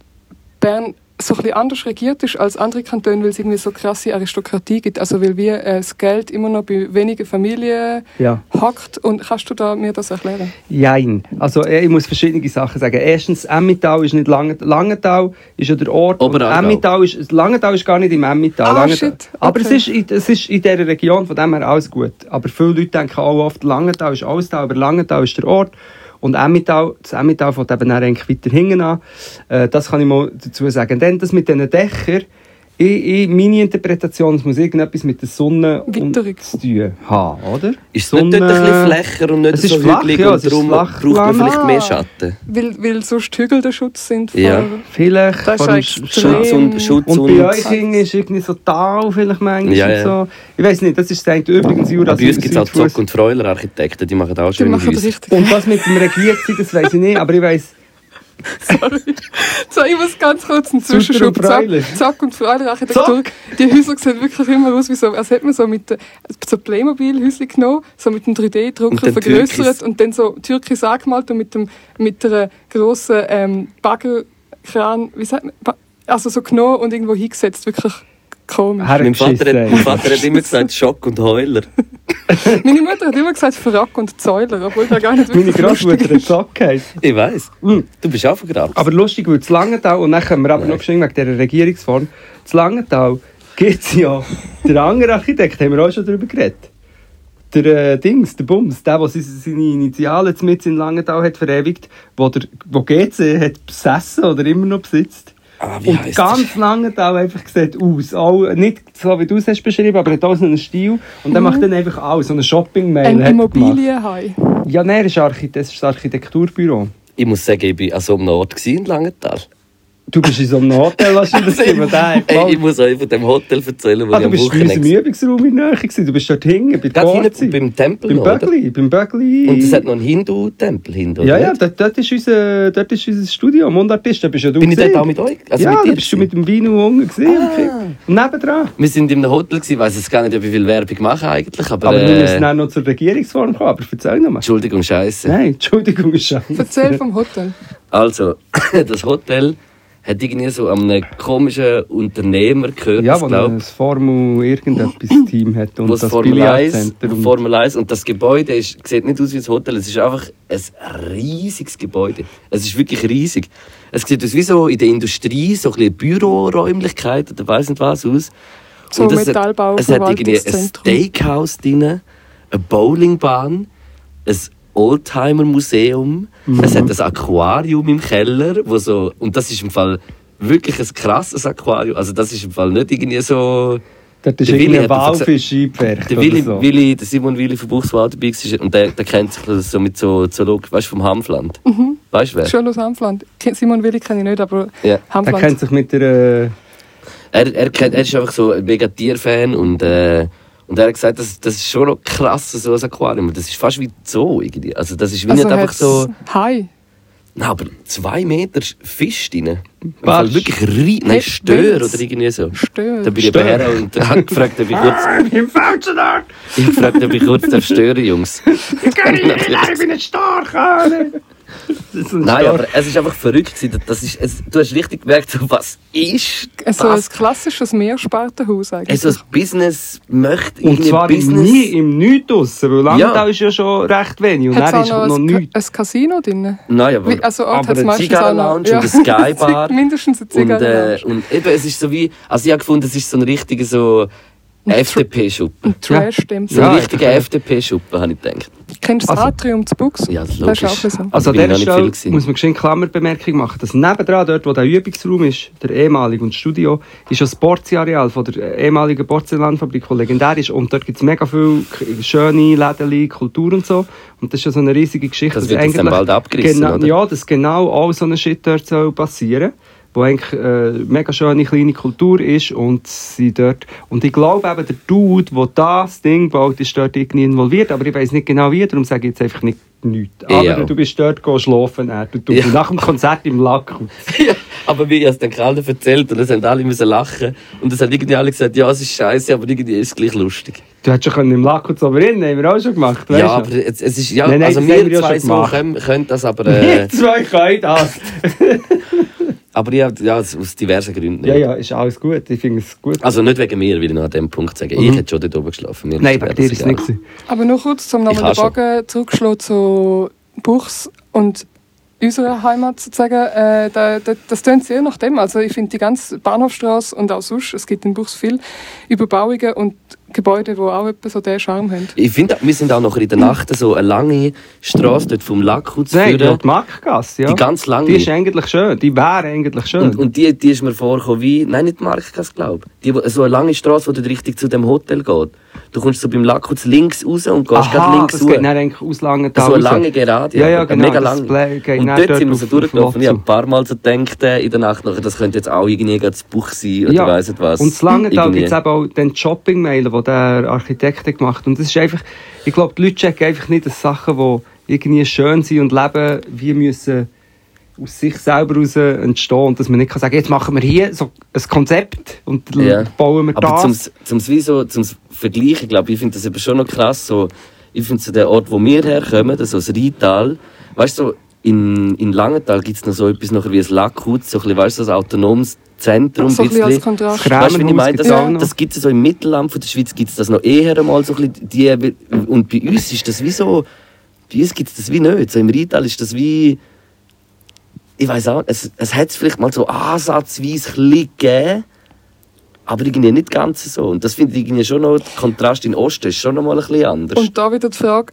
Bern so ein bisschen anders regiert ist als andere Kantone, weil es irgendwie so krasse Aristokratie gibt. Also weil wir äh, das Geld immer noch bei wenigen Familien
Ja.
hockt. Und kannst du da mir das erklären?
Jein. Also äh, ich muss verschiedene Sachen sagen. Erstens, Emmental ist nicht Langenthal. Langenthal ist ja der Ort. und
Oberaargau.
Emmental ist, Langenthal ist gar nicht im Emmental.
Ah,
Langenthal.
shit.
Aber es
Okay.
ist, in- es ist in dieser Region, von dem her alles gut. Aber viele Leute denken auch oft, Langenthal ist alles da, aber Langenthal ist der Ort. Und Emmental, das Emmental fängt eben dann eigentlich weiter hinten an. Äh, das kann ich mal dazu sagen. Und dann das mit diesen Dächern. Ich, ich, meine Interpretation, es muss irgendetwas mit der Sonne und
Witterung.
zu tun haben, oder?
Ist es nicht dort ein bisschen flächer und nicht
Es
so
ist flach,
hügelig
ja, es
und
ist
darum
flach,
braucht
Land.
man vielleicht mehr
Ah.
Schatten?
Weil, weil sonst Hügel der Schutz sind. vor-
Ja.
Vielleicht.
Das ist
vor dem
ja
Sch-
extrem.
Schutz und Schutz
Und
und
bei euch irgendwie ist irgendwie so Tal vielleicht manchmal
Ja,
und
ja.
so. Ich weiß nicht, das ist das eigentlich übrigens Jura.
Aber bei uns gibt es auch
Südfuss.
Zock- und Freuler-Architekten, die machen auch
Die
schöne
machen
Häuser.
richtig.
Und das mit dem Regiertsein, das weiß ich nicht, aber ich weiß,
So, ich muss ganz kurz einen Zwischenschub.
Zutter und Freilich.
Zack, Zack und Freilich Architektur.
Zack.
Die Häuser sehen wirklich immer aus, wie so, als hätte man so mit äh, so Playmobil-Häuschen genommen, so mit einem
Und
3D-Drucker
dann
vergrößert
Türkis.
und dann so türkis angemalt und mit, dem, mit einer grossen ähm, Baggerkran, wie sagt man, Ba- also so genommen und irgendwo hingesetzt. Wirklich komisch.
Mein Vater,
hergeschissen.
hat, mein
ey.
Vater hat immer gesagt, Schock und Heuler.
Meine Mutter hat immer gesagt Frack und Zäuler, obwohl da gar nicht
Meine
wirklich lustig
Großmutter hat
ist.
Zock geheißen.
Ich weiss.
Mm.
Du bist auch vergraben.
Aber lustig, weil das Langenthal, und dann kommen wir aber noch geschwind wegen dieser Regierungsform, das Langenthal gibt es ja, der andere Architekt, haben wir auch schon darüber geredet. Der äh, Dings, der Bums, der, der seine- seine Initialen mit in Langenthal hat verewigt, wo der wo GC hat besessen oder immer noch besitzt.
Ah, wie
und
heisst
ganz Langenthal einfach sieht aus. Auch, äh, nicht so wie du es hast beschrieben, aber er hat auch so einen Stil. Und der macht dann einfach alles, so einen Shopping-Mail.
Ein
hat er gemacht.
Immobilienhai.
Ja, nein, er ist Architekt, das ist das Architekturbüro.
Ich muss sagen, ich war an so einem Ort gewesen in Langenthal.
Du bist in so einem Hotel, hast du das Thema da
Ey, ich muss euch von dem Hotel erzählen, wo
Ah,
ich
du
am
bist in unserem
Wochenende...
Übungsraum in der Nähe gewesen. Du bist dort hinten, bei der
Gerade
Korzi.
hinten beim Tempel
Beim
noch, oder?
Bögli, beim Bögli.
Und es hat noch einen Hindu-Tempel hinten,
Ja,
oder
ja,
nicht?
dort, dort, ist unser, dort ist unser Studio, Mundartist, da bist ja du
Bin ich dort
gewesen.
auch mit euch? Also
ja,
mit dir
da bist du
gewesen?
mit dem Vino unten gesehen. Ah. Und nebendran.
Wir sind in einem Hotel, gewesen, ich weiss jetzt gar nicht, ob ich viel Werbung mache eigentlich, aber...
Aber wir müssen
äh,
dann noch zur Regierungsform kommen, aber erzähl nochmal.
Entschuldigung, Scheiße.
Nein, Entschuldigung, Scheiße.
Erzähl vom Hotel.
Also, das Hotel hat irgendwie so an einem komischen Unternehmer gehört,
Ja,
ich
wo
glaube
ein Formel irgendetwas Team hat und
wo es
das
Formel 1,
Billardzentrum.
Formel 1 und das Gebäude ist, sieht nicht aus wie ein Hotel, es ist einfach ein riesiges Gebäude. Es ist wirklich riesig. Es sieht aus wie so in der Industrie, so ein bisschen Büroräumlichkeit oder weiss nicht was aus.
So
es
Metallbau,
hat, es hat irgendwie ein
Verwaltungszentrum.
Steakhouse drin, eine Bowlingbahn, ein Oldtimer-Museum,
Mhm.
es hat ein Aquarium im Keller, wo so, und das ist im Fall wirklich ein krasses Aquarium. Also das ist im Fall nicht irgendwie so...
Dort ist
Der Willi
irgendein
hat einfach gesagt-
Walfisch eingepfercht
Der,
oder
Willi,
so.
Willi, der Simon Willi von Buchswald dabei war und der, der kennt sich so mit so Zoolog, weißt du, vom Hanfland.
Mhm.
Weißt du wer?
Schön aus Amfland. Simon Willi kenne ich nicht, aber
Ja.
Er
Hanfland.
kennt sich mit der... Äh,
Er, er, kennt, er ist einfach so ein mega Tierfan und, äh, und er hat gesagt, das, das ist schon noch krass, so ein Aquarium. Das ist fast wie Zoo irgendwie. Also das ist wie nicht einfach so...
Hi.
Nein, aber zwei Meter Fisch drin. Im
Was?
Fall Wirklich riesig. Nein,
Hey,
Stör
Pilz.
oder irgendwie so.
Stör.
Da bin ich
Stör.
her und habe gefragt, ob ich kurz...
Im falschen Ort!
Ich habe gefragt, ob ich kurz darf stören, Jungs.
Ich kann nicht, ich bin nicht stark!
Nein, aber es ist einfach verrückt. gewesen. Das ist, es, du hast richtig gemerkt, so, was ist
Also ein
das?
klassisches Mehrspartenhaus eigentlich.
Also das Business möchte
Und
irgendwie
zwar im
Business...
nie im Nichts draussen, weil Langenthal
Ja.
ist ja schon recht wenig und
Hat's
dann ist
auch
noch, noch
ein,
nichts.
Ka- ein Casino drin?
Nein, aber,
Wie- also Ort
aber
hat's
eine
meistens auch noch-
Zigarrenlounge
ja.
und eine Skybar.
Mindestens eine
und, äh,
Zigarrenlounge.
und eben, es ist so wie... Also ich habe gefunden, es ist so ein richtiger so... FDP-Schuppen.
Trash stimmt.
So ein
Ja,
richtiger FDP-Schuppen, habe ich gedacht.
Kennst du das
Also-
Atrium zu Buchs?
Ja, das ist
Das ist auch
logisch.
ein so.
Also an
bin
dieser
ich noch
Stelle
nicht viel gewesen.
muss man eine Klammerbemerkung machen, dass nebendran, dort wo der Übungsraum ist, der ehemalige und das Studio, ist das Porzeareal von der äh, ehemaligen Porzellanfabrik, die legendär ist und dort gibt es mega viele k- schöne Läden, Kultur und so und das ist ja so eine riesige Geschichte.
Das
dass
wird jetzt dann
eigentlich
bald abgerissen,
genau,
oder?
Ja, dass genau all so eine Shit dort soll passieren wo eigentlich äh, mega schöne kleine Kultur ist und sie dort und ich glaube eben der Dude, der das Ding baut, ist dort irgendwie involviert, aber ich weiß nicht genau wie, darum sage ich jetzt einfach nicht nichts. Aber
Ja.
du bist dort go schlafen, er. Du, du,
Ja.
nach dem Konzert im Lack.
Ja, aber wir haben es den Kerlen erzählt und es haben alle müssen lachen. Und es haben irgendwie alle gesagt, ja, es ist scheiße, aber irgendwie ist es gleich lustig.
Du hättest schon können im Lack und so rein, haben wir auch schon gemacht, weißt
ja,
du?
aber es, es ist, ja,
Nein, nein,
also
das
wir
haben wir ja
zwei
schon
so
gemacht.
können, können das, aber,
Wir
äh,
zwei können das.
aber ja, ja, aus aus diversen Gründen.
Ja, ja, ist alles gut. Ich finde es gut.
Also nicht wegen mir, will ich noch an dem Punkt sagen. Ich hätte schon dort oben geschlafen. Mir
Mhm. Nein,
wäre
bei
das
dir ist es
egal.
nicht. gewesen.
Aber nur kurz, um
Ich
nochmal
kann
den Bogen zurückzuschlagen zu Buchs und unserer Heimat sozusagen. Äh, da, da, das tönt sehr nach dem. Also ich finde die ganze Bahnhofstraße und auch sonst, es gibt in Buchs viel Überbauungen und Gebäude, die auch etwa so den Charme haben.
Ich finde, wir sind auch noch in der Nacht so eine lange Straße dort vom Lack zu
Nein, ja,
führen.
die Marktgasse, ja.
Die ganz lange.
Die ist eigentlich schön. Die wäre eigentlich schön.
Und, und die, die ist mir vorgekommen wie, nein, nicht Marktgasse, glaube ich. Die, wo- so eine lange Straße, wo du richtig zu dem Hotel geht. Du kommst so beim Lakutz links raus und gehst gerade
Aha,
links
das geht
raus.
dann eigentlich aus Langenthal
So eine
raus.
lange Gerade,
Ja, ja,
aber
genau.
mega
das
lang.
Play- geht
und
dann
dort sind wir
auf-
so
auf- auf
durchgelaufen. Ich habe
Lotzu.
ein paar Mal so gedacht äh, in der Nacht nachher, das könnte jetzt auch irgendwie gerade das Buch sein oder weiss nicht was.
Und zu Langenthal
Irgendwie.
gibt es eben auch den Shopping-Mail, den der Architekt hat gemacht hat. Und das ist einfach, ich glaube, die Leute checken einfach nicht, dass Sachen, die irgendwie schön sind und leben, wie müssen aus sich selber heraus entstehen. Und dass man nicht kann sagen, jetzt machen wir hier so ein Konzept und l-
Ja.
bauen wir das.
Aber zum zum's wie so, zum's Vergleichen, glaube ich, ich finde das eben schon noch krass. So, ich finde so der Ort, wo wir herkommen, das, so das Rheintal, weißt du, so, in, in Langenthal gibt es noch so etwas nachher wie ein Lackhutz, so ein bisschen, weißt du, so ein autonomes Zentrum.
so ein bisschen als
bisschen.
Kontrast.
Kra-
Weißt du, wie ich
Rahmenhaus
meine?
gibt's
Das,
auch noch.
das gibt es so im Mittelland von der Schweiz gibt es das noch eher mal so ein bisschen, die, und bei uns ist das wie so, bei uns gibt es das wie nicht. So im Rheintal ist das wie, ich weiß auch, es, es hat es vielleicht mal so ansatzweise ein bisschen gegeben, aber irgendwie nicht ganz so. Und das finde ich irgendwie schon noch, der Kontrast in den Osten ist schon noch mal ein bisschen anders.
Und da wieder die Frage,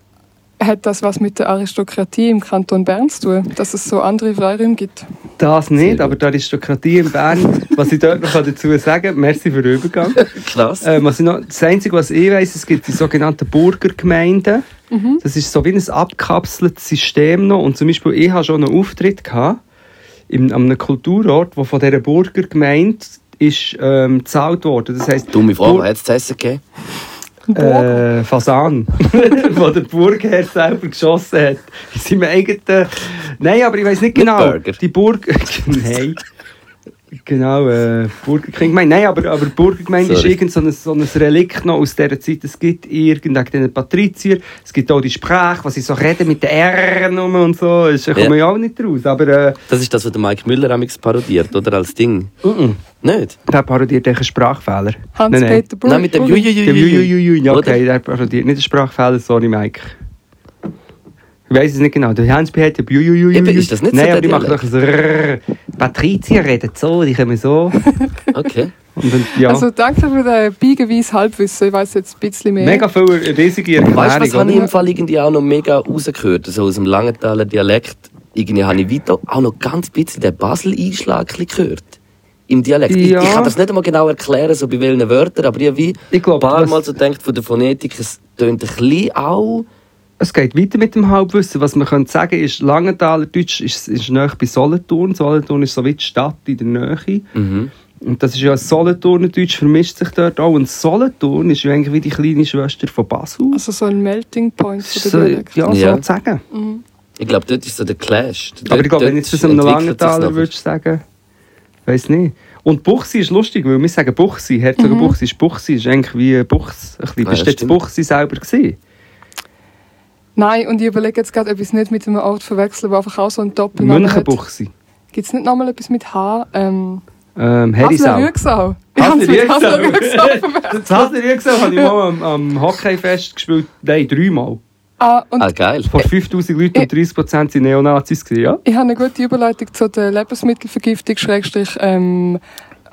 hat das was mit der Aristokratie im Kanton Bern zu tun, dass es so andere Freiräume gibt?
das nicht,
gut.
aber die Aristokratie in Bern, was ich dort noch dazu sagen kann, merci für den Übergang.
Krass.
Ähm, was ich noch, das Einzige, was ich weiss, es gibt die sogenannten Burgergemeinden. Das ist so wie ein abkapseltes System noch. Und zum Beispiel, ich hatte schon einen Auftritt gehabt, in, an einem Kulturort, der von dieser Burgergemeinde ist, ähm, gezahlt wurde. Das heisst,
Dumme Frage,
Bur-
was hat es zu essen gegeben?
äh, Fasan, wo der Burgherr selber geschossen hat. In seinem eigenen... Nein, aber ich weiß nicht genau.
Burger.
Die Burg... Nein. Genau, äh, Burger King. Nein, nein, aber, aber Burgergemeinde ist
Sorry.
irgend so ein, so ein Relikt noch aus dieser Zeit. Es gibt irgendeinen Patrizier, es gibt auch die Sprache, was sie so reden mit den R und so. Da kommen wir ja auch nicht raus. Aber äh,
Das ist das, was der Mike Müller am parodiert, oder? Als Ding.
mhm.
Nicht?
der parodiert einen Sprachfehler. Nein,
Hans-Peter Burg.
Nein, mit dem
Burg-
nein. Dem Ju-
Jujujujuju.
Ju- Ju- Ju- Ja, okay, der parodiert nicht einen Sprachfehler, sorry Mike. Ich weiß es nicht genau. Der nou, Hans P. hat ja Ju- Ju- Ju- Ju-
Eben,
Ju-
ist das nicht so
Nein,
der
aber die machen doch so Rrrr. Patrizier redet so, die kommen so.
Okay.
Und dann, ja.
Also danke für den beigeweise Halbwissen. Ich weiß jetzt ein bisschen mehr.
Mega eh, viele riesige Erklärungen.
Weißt du, was habe ich
oder?
im Fall irgendwie auch noch mega rausgehört? So aus dem Langenthaler Dialekt. Irgendwie habe ich weiter auch noch ganz bisschen den Basel-Einschlag ein bisschen gehört. Im Dialekt.
Ja.
Ich, ich kann das nicht einmal genau erklären, so bei welchen Wörtern, aber ich habe wie
Ich glaub,
ein paar
was-
Mal so gedacht, von der Phonetik, es tönt ein bisschen auch.
Es geht weiter mit dem Halbwissen. Was man könnte sagen ist, Langenthaler Deutsch ist, ist nahe bei Solothurn. Solothurn ist so wie die Stadt in der Nähe. Und das ist ja Solothurner Deutsch, vermischt sich dort auch. Und Solothurn ist ja eigentlich wie die kleine Schwester von Basel.
Also so ein Melting Point
Das
von
ist so,
der Dialekt.
ja,
Ja.
sozusagen.
Ich glaube, dort ist so der Clash. Dort,
Aber ich glaube,
dort
wenn ich das einem
entwickelt sich's
Langenthaler
nachher.
würdest sagen, weiß nicht. Und Buchsi ist lustig, weil wir sagen Buchsi, Herzog Buchsi eh, ist Buchsi, ist eigentlich wie Buchs. Ein bisschen.
Ah,
Bist
ja,
du jetzt
stimmt.
Buchsi selber gesehen?
Nein, und ich überlege jetzt gerade, ob ich es nicht mit einem Ort verwechseln, wo einfach auch so ein Doppelname
Münchenbuchsi.
Gibt es nicht nochmal etwas mit H? Ähm,
Ähm,
Hasler
Herisau.
Rüegsau. Ich hab's mit Hasler Rüegsau verwechselt.
Das hast du nie gesehen, habe ich mal am, am Hockeyfest gespielt. Nein, dreimal.
Ah, und
Ah, geil.
Vor 5000 Leuten und 30% waren Neonazis, gewesen, ja?
ich habe eine gute Überleitung zu der Lebensmittelvergiftung, Schrägstrich, ähm,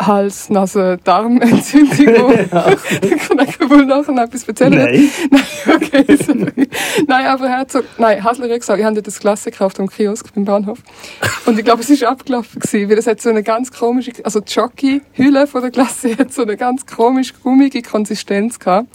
Hals, Nase, Darmentzündung. wo- Da kann ich wohl nachher noch etwas erzählen. Nein, okay, sorry. Nein, aber Herzog, nein, Hasler Rüegsau, ich habe dort das Klasse gekauft am Kiosk beim Bahnhof. Und ich glaube, es ist abgelaufen gewesen, weil es hat so eine ganz komische, also die Jockey-Hülle von der Klasse hat so eine ganz komisch gummige Konsistenz gehabt.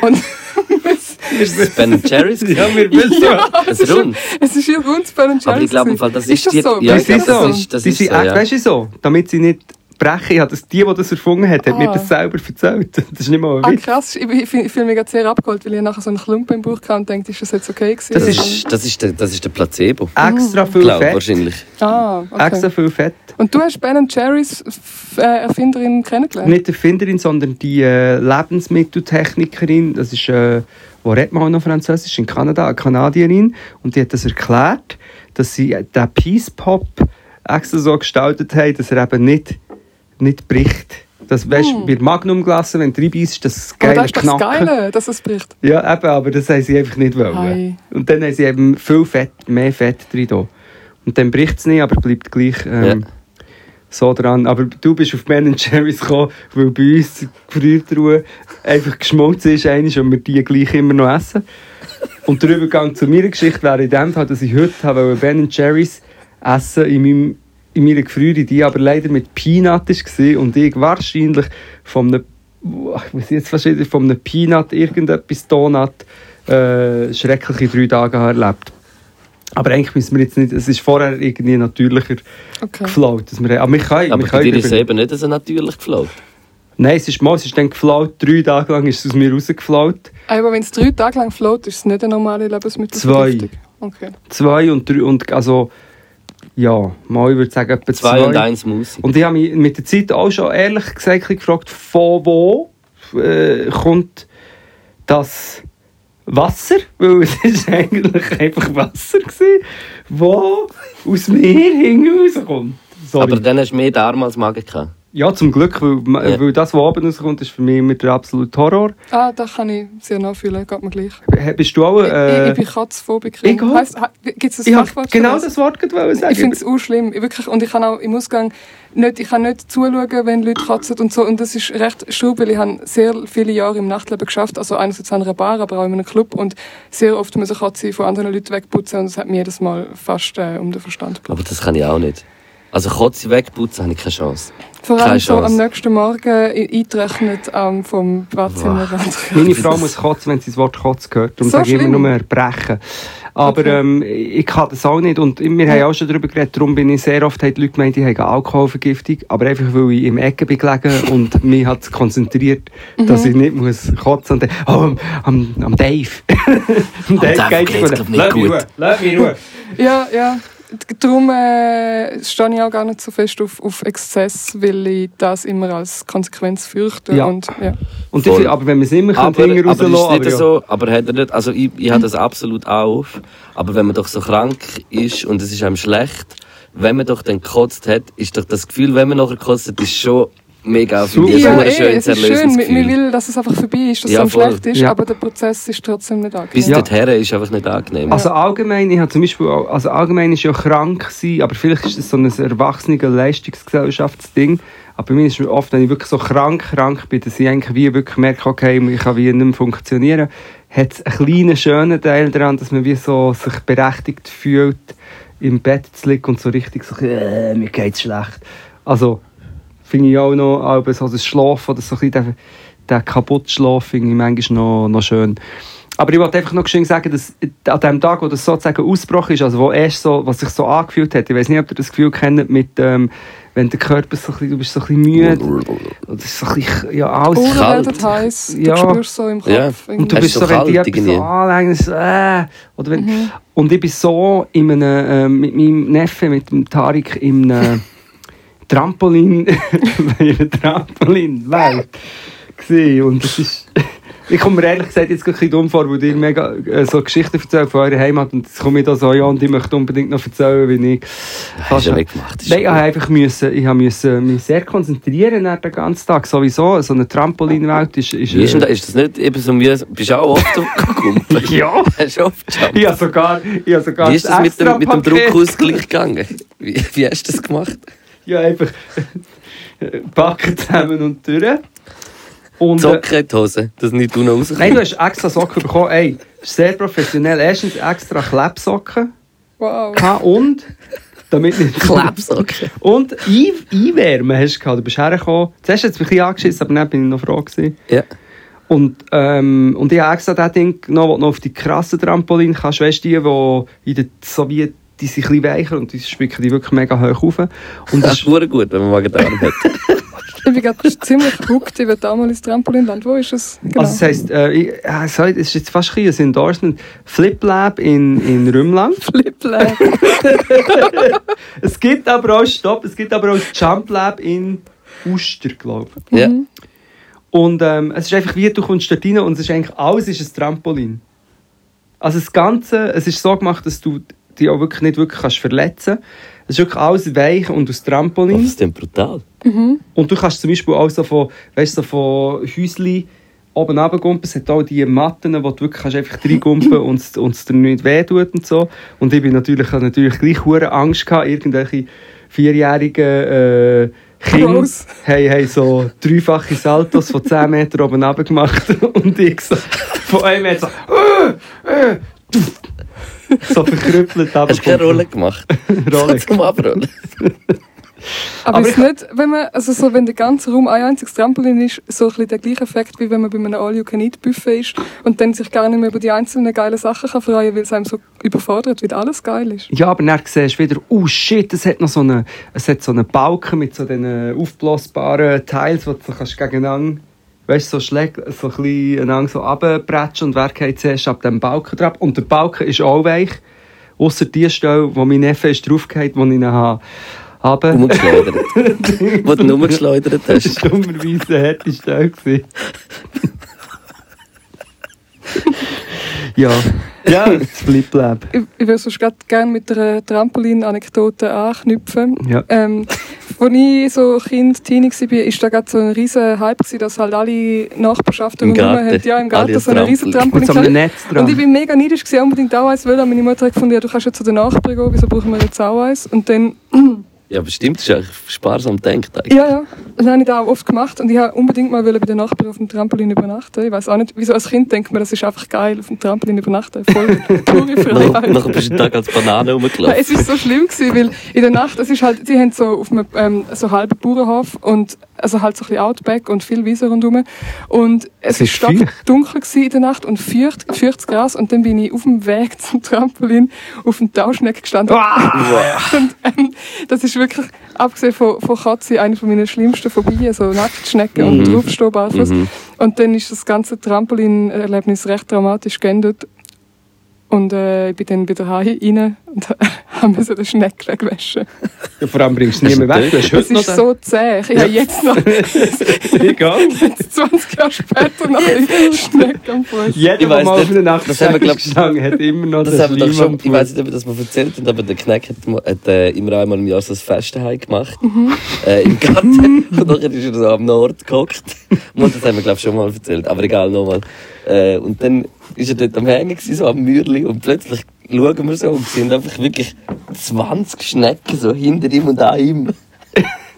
Und
Ben Jerry's?
Ja, wir wissen.
Das ist rund.
Es ist ihr Wunsch bei den
Aber ich glaube, im Fall, das ist
das
die-
so?
ja,
Die
ich
sind
glaub,
so.
das ist- das
die
ist
sind
so,
echt,
ja.
weißt du, so. Damit sie nicht brechen. Ich habe das, die, die das erfunden hat, hat mir
Ah.
das selber erzählt. Das ist nicht mal ein
Ah,
Witz.
krass, ich, ich, fühl- ich fühle mich gerade sehr abgeholt, weil ich nachher so einen Klumpen im Bauch hatte und denke, ist das jetzt okay gewesen?
Das ist, das ist, der, das ist der Placebo.
Extra viel
Glaube
Fett.
wahrscheinlich.
Ah,
Extra
okay.
viel Fett.
Und du hast Ben Jerry's f- äh, Erfinderin kennengelernt?
Nicht die Erfinderin, sondern die äh, Lebensmitteltechnikerin. Das ist, äh, wo redet man auch noch Französisch? In Kanada, eine Kanadierin. Und die hat das erklärt, dass sie äh, den Peace Pop extra so gestaltet haben, dass er eben nicht, nicht bricht. Das weißt du, bei Magnum gelassen, wenn du reinbeißt, das ist
Hm.
geil
Aber Oh, das ist doch das Geile, dass es bricht.
Ja, eben, aber das haben sie einfach nicht wollen.
Ei.
Und dann haben sie eben viel Fett, mehr Fett drin. da. Und dann bricht es nicht, aber bleibt gleich ähm, so dran. Aber du bist auf Ben Jerry's gekommen, weil bei uns die Gefriertruhe einfach geschmolzen ist einiges und wir die gleich immer noch essen. Und der Übergang zu meiner Geschichte wäre in dem Fall, dass ich heute habe Ben Jerry's essen in meinem in meiner Gefriere, die aber leider mit Peanut war und ich wahrscheinlich von einem, ich weiß jetzt fast wieder, von einem Peanut irgendetwas Donut äh, schreckliche drei Tage habe erlebt. Aber eigentlich müssen wir jetzt nicht, es ist vorher irgendwie natürlicher
Okay.
geflaut. Dass wir, aber wir können,
Aber
wir
bei
können
dir ist es
darüber-
eben nicht so natürlich geflaut.
Nein, es ist mal, es ist dann geflaut, drei Tage lang ist es aus mir rausgeflaut.
Aber wenn es drei Tage lang float, ist es nicht eine normale Lebensmittelvergiftung? Zwei. Okay.
Zwei und drei, und also, ja, mal, ich würde sagen, etwa
Zwei und eins Musik.
Und ich habe mich mit der Zeit auch schon ehrlich gesagt ein bisschen gefragt, von wo äh, kommt das Wasser? Weil es ist eigentlich einfach Wasser gewesen, wo aus mir hinten rauskommt. Sorry.
Aber dann hast du mehr Darm als Magen gehabt.
ja, zum Glück, weil,
Ja.
weil das, was oben rauskommt, ist für mich immer der absolute Horror.
Ah, da kann ich sehr nachfühlen, geht mir gleich.
Bist du auch... Äh,
ich, ich bin Katzphobik.
ich auch.
Gibt es ein
ich habe
Fachwort für
genau das Wort gerade wollen sagen.
Ich finde es auch schlimm. Ich wirklich, und ich kann auch im Ausgang nicht, ich kann nicht zuschauen, wenn Leute kotzen und so. Und das ist recht schlimm, weil ich habe sehr viele Jahre im Nachtleben geschafft. Also einerseits an einer Bar, aber auch in einem Club. Und sehr oft muss ich Kotze von anderen Leuten wegputzen. Und das hat mir jedes Mal fast äh, um den Verstand gebracht.
Aber das kann ich auch nicht. Also Kotze wegputzen habe ich keine Chance.
Vor allem
keine
so am
Chance.
nächsten Morgen i- eingerechnet ähm, vom Badzimmer.
Meine Frau muss kotzen, wenn sie das Wort Kotz hört. Darum
So
sage ich immer
schlimm?
nur erbrechen. Aber
Okay.
ähm, ich kann das auch nicht. Und wir haben auch schon darüber geredet. Darum bin ich sehr oft, haben die Leute gemeint, ich habe Alkoholvergiftung. Aber einfach, weil ich im Ecken bin gelegen und mich hat es konzentriert, dass ich nicht muss kotzen muss. Oh, am, am, am Dave. am
Dave geht's,
von-
glaub ich, nicht
Lass mich
gut.
Ruhe, Lass mich Ruhe.
Ja, ja. D- Darum äh, stehe ich auch gar nicht so fest auf, auf Exzess, weil ich das immer als Konsequenz fürchte.
Ja.
Und, ja.
Und
Voll.
dafür- aber wenn man es immer
Aber,
könnte, hinten
aber ist
rauslassen,
nicht
aber ja.
so, aber hat er nicht, also ich, ich habe das absolut auch auf, aber wenn man doch so krank ist und es ist einem schlecht, wenn man doch dann gekotzt hat, ist doch das Gefühl, wenn man nachher gekotzt hat, ist schon mega für mich.
Ja,
ein
eh,
schönes,
es ist schön.
erlösendes
Man man
Gefühl.
will, dass es einfach vorbei ist, dass
Ja,
es
voll.
einem schlecht ist,
Ja.
aber der Prozess ist trotzdem nicht angenehm.
Bis
Ja.
dorthin ist einfach nicht angenehm.
Also allgemein, ich habe zum Beispiel, auch- also allgemein ist ja krank sein, aber vielleicht ist das so ein erwachsene Leistungsgesellschaftsding. Aber bei mir ist es oft, wenn ich wirklich so krank, krank bin, dass ich eigentlich wie wirklich merke, okay, ich kann wie nicht mehr funktionieren, hat es einen kleinen, schönen Teil daran, dass man wie so sich berechtigt fühlt, im Bett zu liegen und so richtig so, äh, mir geht's schlecht. Also, finde ich auch noch, aber so das Schlafen oder so ein bisschen der, der kaputte Schlaf finde ich manchmal noch, noch schön. Aber ich wollte einfach noch schön sagen, dass an dem Tag, wo das sozusagen ausgebrochen ist, also wo erst so, was sich so angefühlt hat, ich weiß nicht, ob ihr das Gefühl kennt, mit, ähm, wenn der Körper so ein bisschen, du bist so ein bisschen
Oh,
müde, oder so ein bisschen, ja, alles
Ohren
kalt.
werden heiß, du
Ja.
spürst so im Kopf.
Ja.
irgendwie.
und du
Es
bist
ist
so,
so
wenn die
kalt
etwas
irgendwie.
so anlegen, so, äh, oder wenn, Und ich bin so in einem, äh, mit meinem Neffe, mit dem Tarik, in einem Trampolin, in einer Trampolinwelt gewesen. Und es ist, Ich komme mir ehrlich gesagt jetzt gerade ein bisschen dumm vor, weil ihr mega äh, so Geschichten erzählt von eurer Heimat und jetzt komme ich da so ja und ich möchte unbedingt noch erzählen, wie ich...
Hast du ja weggemacht. ist
Also, Nein, ah, ich
ja
habe einfach müssen, ich habe müssen mich sehr konzentrieren nach den ganzen Tag. Sowieso, so eine Trampolinwelt ist... ist,
Wie ist denn das? Ist das nicht eben so mühsam? Bist du auch oft auf Kumpel?
Ja,
Hast du oft Jump?
ich habe sogar, ich habe sogar
Wie ist das mit dem, mit dem
Extrapaket.
Druckausgleich gegangen? Wie, wie hast du das gemacht?
Ja, einfach äh, Backen zusammen und durch. Und, äh,
Zocken in die Hose, dass nicht du noch rauskommst.
nein, du hast extra Socken bekommen. Ey, sehr professionell. Erstens extra Klebsocken
Wow.
gehabt und damit nicht
Klebsocken.
Und Ein- Einwärmen hast du gehabt. Du bist hergekommen. Zuerst hat es mich ein bisschen angeschissen, aber dann bin ich noch froh gewesen.
Ja.
Und, ähm, und ich habe extra das Ding genommen, das du noch auf die krassen Trampolin kannst. Weißt du, die, die in den Sowjets die sind ein bisschen weicher und die spicken die wirklich mega hoch rauf. Und
Das
das
ist verdammt gut, wenn man Magen-Darm hat.
Ich bin gerade ziemlich gehuckt. Ich will da mal ins Trampolinland. Wo ist es? Genau.
Also das heisst, äh, ich, äh, sorry, das ist jetzt fast ein, bisschen ein Endorsement. Flip Lab in, in Rümlang.
Flippler.
Es gibt aber auch, stopp, es gibt aber auch das Jump Lab in Uster, glaube ich.
ja.
Und ähm, es ist einfach wie, du kommst dort rein und es ist eigentlich alles ist ein Trampolin. Also das Ganze, es ist so gemacht, dass du dich auch wirklich nicht wirklich kannst verletzen Es ist wirklich alles weich und aus
Oh, das
Trampolin.
ist denn brutal.
Und du kannst zum Beispiel auch so von, weißt, so von Häuschen oben runtergumpen. Es hat auch die Matten, wo du wirklich kannst einfach reingumpen kannst und es- und es dir nicht wehtut und so. Und ich bin natürlich, ich hatte natürlich gleich hure Angst, gehabt, irgendwelche vierjährigen äh, Kinder
Gross.
haben, haben so dreifache Saltos von 10 Meter oben runter gemacht und ich so, von einem Meter so, äh, äh, tuff. so verkrüppelt.
Hast du keine Rolle gemacht?
Rolle.
Zum Abrollen.
Aber,
Aber
ist nicht, wenn man, also so, wenn der ganze Raum ein einziges Trampolin ist, so ein bisschen der gleiche Effekt, wie wenn man bei einem All-You-Can-Eat-Buffet ist und dann sich gar nicht mehr über die einzelnen geilen Sachen kann freuen kann, weil es einem so überfordert, weil alles geil ist.
Ja, aber dann siehst du wieder, oh shit, es hat noch so einen, es hat so einen Balken mit so diesen aufblasbaren Teils, die du so kannst gegeneinander, weißt du, so schläg, so ein bisschen einander so runterbretschen und wer geht zuerst ab dem Balken drauf. Und der Balken ist auch weich, außer die Stelle, wo mein Neffe ist draufgeht, wo ich ihn habe. Aber
Umgeschleudert. Wo du ihn umgeschleudert hast.
das war dummerweise die harte Stelle. gewesen. ja. Ja, das bleibt leben.
Ich, ich würde sonst gerade gerne mit einer Trampolin-Anekdote anknüpfen.
Ja.
Ähm, als ich so Kind, Teenie war, war da gerade so ein riesen Hype, gewesen, dass halt alle Nachbarschaften
Im
drumherum
Garten.
haben- ja, im
Alle
Garten so eine riesen
Mit
Trampolin.
so einem Netz dran.
Und ich bin mega neidisch, gewesen, unbedingt auch eins wollen. Aber meine Mutter hat gefunden, ja, du kannst ja zu den Nachbarn gehen, wieso brauchen wir jetzt auch eins? Und dann,
Ja, bestimmt. Das ist eigentlich sparsam gedacht. eigentlich.
ja, ja, das habe ich da auch oft gemacht. Und ich wollte unbedingt mal wollen bei den Nachbarn auf dem Trampolin übernachten. Ich weiß auch nicht, wieso als Kind denkt man, das ist einfach geil, auf dem Trampolin übernachten. Voll pure
Noch,
Freiheit.
noch bist du einen Tag als Banane
Ja,
rumgelaufen.
es war so schlimm, gewesen, weil in der Nacht, es ist halt, sie haben so auf einem ähm, so halben Bauernhof und also halt so ein bisschen Outback und viel Wiese rundherum. Und es war
ist
stark
feucht.
dunkel gewesen in der Nacht und feucht, feuchtes Gras und dann bin ich auf dem Weg zum Trampolin auf dem Tauschneck gestanden. Und ähm, das ist wirklich, abgesehen von, von Katze, eine von meiner schlimmsten Phobien, so Nacktschnecken und draufstehen barfuß. Und dann ist das ganze Trampolin-Erlebnis recht dramatisch geendet. Und äh, ich bin dann wieder heim rein und haben mir so den Schneck weggewaschen.
Ja, vor allem bringst du es nie mehr weg. Du hast
Das
heute noch
ist
den-
so zäh. Ich habe jetzt noch
Egal.
jetzt 20 Jahre später noch einen Schneck am Fuß.
Jeder,
Ich
der
weiss
mal auf
nicht,
eine Nacht
das haben wir, glaub ich,
gestanden hat immer noch
Das
den
haben wir doch
Schleim am
schon, ich
Fuß.
weiß nicht, ob wir das mal erzählt haben, aber der Kneck hat, mal- hat äh, immer einmal im Jahr so ein Fest daheim gemacht.
Mhm.
Äh, Im Garten. Und nachher ist er so am Nord gehockt. Und das haben wir, glaube ich, schon mal erzählt. Aber egal, nochmal. Äh, und dann ist er dort am Hängen, gewesen, so am Mürli. Und plötzlich schauen wir so und sehen einfach wirklich 20 Schnecken so hinter ihm und an ihm.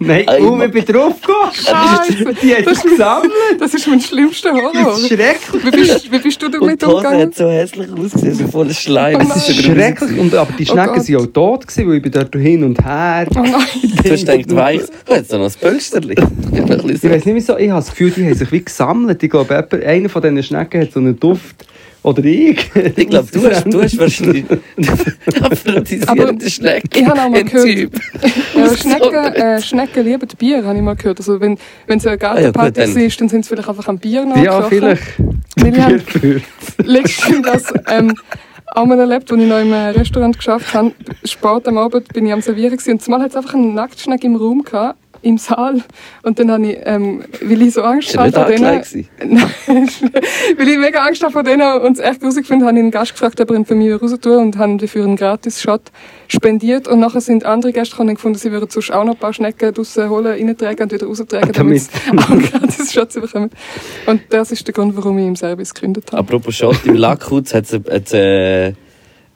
Nein,
Einmal.
oh, ich bin drauf
Scheiße.
gegangen. Die hat es gesammelt.
Das ist mein schlimmster Horror.
Das ist schrecklich.
Wie bist, wie bist du
Und
damit
die Hose
umgegangen?
hat so hässlich ausgesehen, so voller Schleim.
Oh
Das
Das
ist
ist Oh überall
schrecklich. Und, aber die Schnecken
Gott.
waren auch tot, gewesen, weil ich bin dort hin und her.
Oh nein.
Du hast gedacht, weich, oh, jetzt noch ein Pölsterli.
Ich weiß nicht wieso, ich habe das Gefühl, die haben sich wie gesammelt. Ich glaube, jemand- einer von diesen Schnecken hat so einen Duft. Oder ich.
Ich glaube, du hast, du hast wahrscheinlich aphrodisierende Schnecke.
Ich habe auch mal
im
gehört,
Typ.
Ja, Schnecken, äh, Schnecken lieben Bier, habe ich mal gehört. Also wenn, wenn es eine Gartenparty
Ah ja, gut, dann-
war, dann sind sie vielleicht einfach am Bier
Ja,
nachgekrochen.
vielleicht.
Weil ich habe
Bierführer.
letztens das ähm, auch mal erlebt, als ich noch im äh, Restaurant geschafft habe. Sport am Abend bin ich am Servieren gewesen. und zumal hat es einfach einen Nacktschneck im Raum gehabt. im Saal. Und dann habe ich, ähm, weil ich so Angst
Ist er nicht
hatte
angelegt gewesen?
Nein, weil ich mega Angst habe vor denen und es echt gruselig finde, habe ich einen Gast gefragt, ob er ihn für mich raus tun und haben dafür einen Gratis-Shot spendiert. Und nachher sind andere Gäste gekommen und haben gefunden, sie würden sonst auch noch ein paar Schnecken draussen holen, reintragen und wieder raustragen, damit sie auch einen Gratis-Shot bekommen. Und das ist der Grund, warum ich im Service gegründet habe.
Apropos Shot, im Lackhutz hat es äh, eine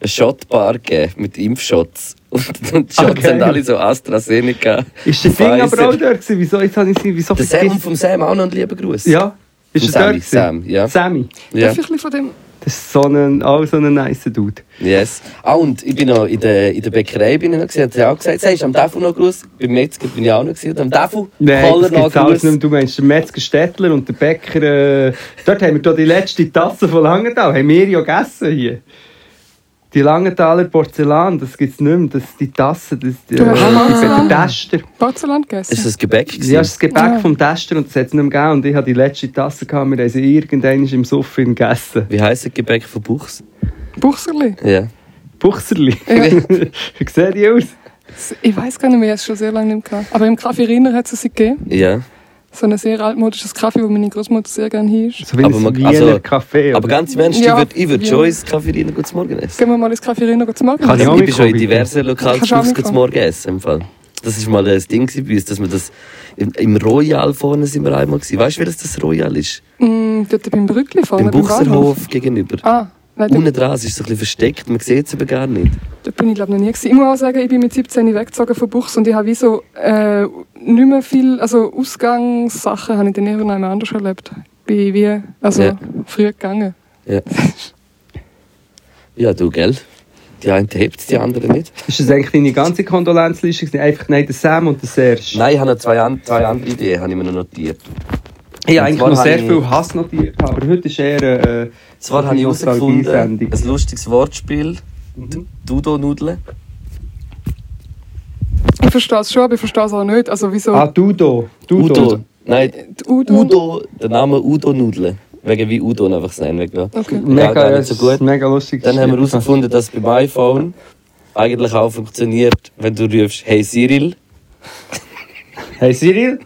Shotbar gegeben mit Impfshots. Und, und die Shots
Okay.
haben alle so AstraZeneca.
Ist das Ding aber
Pfizer.
auch dort gewesen? Wieso, jetzt habe ich sie, wieso
Der Sam und
vergessen?
vom Sam auch noch einen lieben Gruß.
Ja,
Vom
ist er
Sammy,
dort gewesen?
Sam, ja.
Sammy.
ja.
Darf ich ein bisschen von dem...
Das ist so ein, auch so ein nice Dude.
Yes. Ah, und ich bin noch in der, in der Bäckerei, bin ich noch gewesen, hat sie auch gesagt, sie ist am Tafel noch Gruß. Beim Metzger bin ich auch noch gewesen. und Am Tafel,
Nein,
Koller
das
noch
gibt's alles
Gruß.
nicht mehr. Du meinst den Metzger Städtler und den Bäcker... Äh, dort haben wir doch die letzte Tasse von Langenthal. Haben wir ja gegessen hier. Die Langenthaler Porzellan, das gibt es nicht mehr. Das, die Tasse, das... Äh,
Du hast auch
das
Porzellan?
hat der Tester.
Porzellan gegessen?
Ist das Gebäck gewesen?
Ja, das ist das Gebäck
Ja.
vom Tester und das hat es nicht mehr gegeben. Und ich hatte die letzte Tasse, gehabt, wir haben sie irgendwann im Soffin gegessen.
Wie heisst das Gebäck von Buchs?
Buchserli?
Ja.
Buchserli.
Ja.
Wie sehen die aus?
Ich weiß gar nicht mehr, ich habe es schon sehr lange nicht mehr gehabt. Aber im Kaffee Rinner hat es sie gegeben.
Ja.
So ein sehr altmodisches Kaffee, wo meine Großmutter sehr gerne hielt.
So wie
Aber
ein
man-
Wiener
also-
Kaffee.
Aber ganz im Ernst,
Ja.
ich würde ich würd
Ja.
schon ins Kaffee rein, guten Morgen essen.
Gehen wir mal ins Kaffee Rinner guten Morgen.
Kann
Also,
auch
ich bin schon in
mitkommen,
diversen Lokalen
Kannst du auch
Schluss zum
mitkommen?
Morgen essen. Im Fall. Das war mal ein Ding gewesen bei uns, dass wir das im, im Royal vorne sind wir einmal gewesen. Weißt du, welches das Royal ist?
Mm, dort beim Brückli vorne,
Im
beim Bahnhof.
Buchserhof gegenüber.
Ah, nein,
Unten
dort,
dran, es ist so ein bisschen versteckt, man sieht es aber gar nicht.
dort bin ich glaube noch nie gewesen. Ich muss auch sagen, ich bin mit 17 weggezogen von Buchs und ich habe wie so äh, nicht mehr viel, also Ausgangssachen habe ich dann irgendwann einmal anders erlebt. Bin wie, also
Ja.
früher gegangen.
Ja. ja, du, gell? Die eine hebt die andere nicht.
Ist das eigentlich deine ganze Kondolenzliste? gewesen? Einfach nein, der Sam und der Serge.
Nein, ich habe noch zwei, an zwei andere Ideen, habe ich mir noch notiert.
Ich habe eigentlich
Und
noch
zwar
sehr
habe
viel Hass notiert, aber heute ist eher... Äh,
Zwar habe ich herausgefunden, ein lustiges Wortspiel,
Mhm.
Dudo-Nudeln.
Ich verstehe es schon, aber ich verstehe es auch nicht. Also wieso?
Ah, Dudo. Dudo.
Udo. Nein,
Die Udo.
Udo, der Name Udo Nudeln. Wegen wie Udo einfach sein weg. Ja.
Okay.
Ja,
Mega,
gar
ja,
nicht so gut.
mega lustig.
Dann haben wir
geschrieben.
herausgefunden, dass beim iPhone eigentlich auch funktioniert, wenn du rufst Hey Cyril.
Hey Cyril?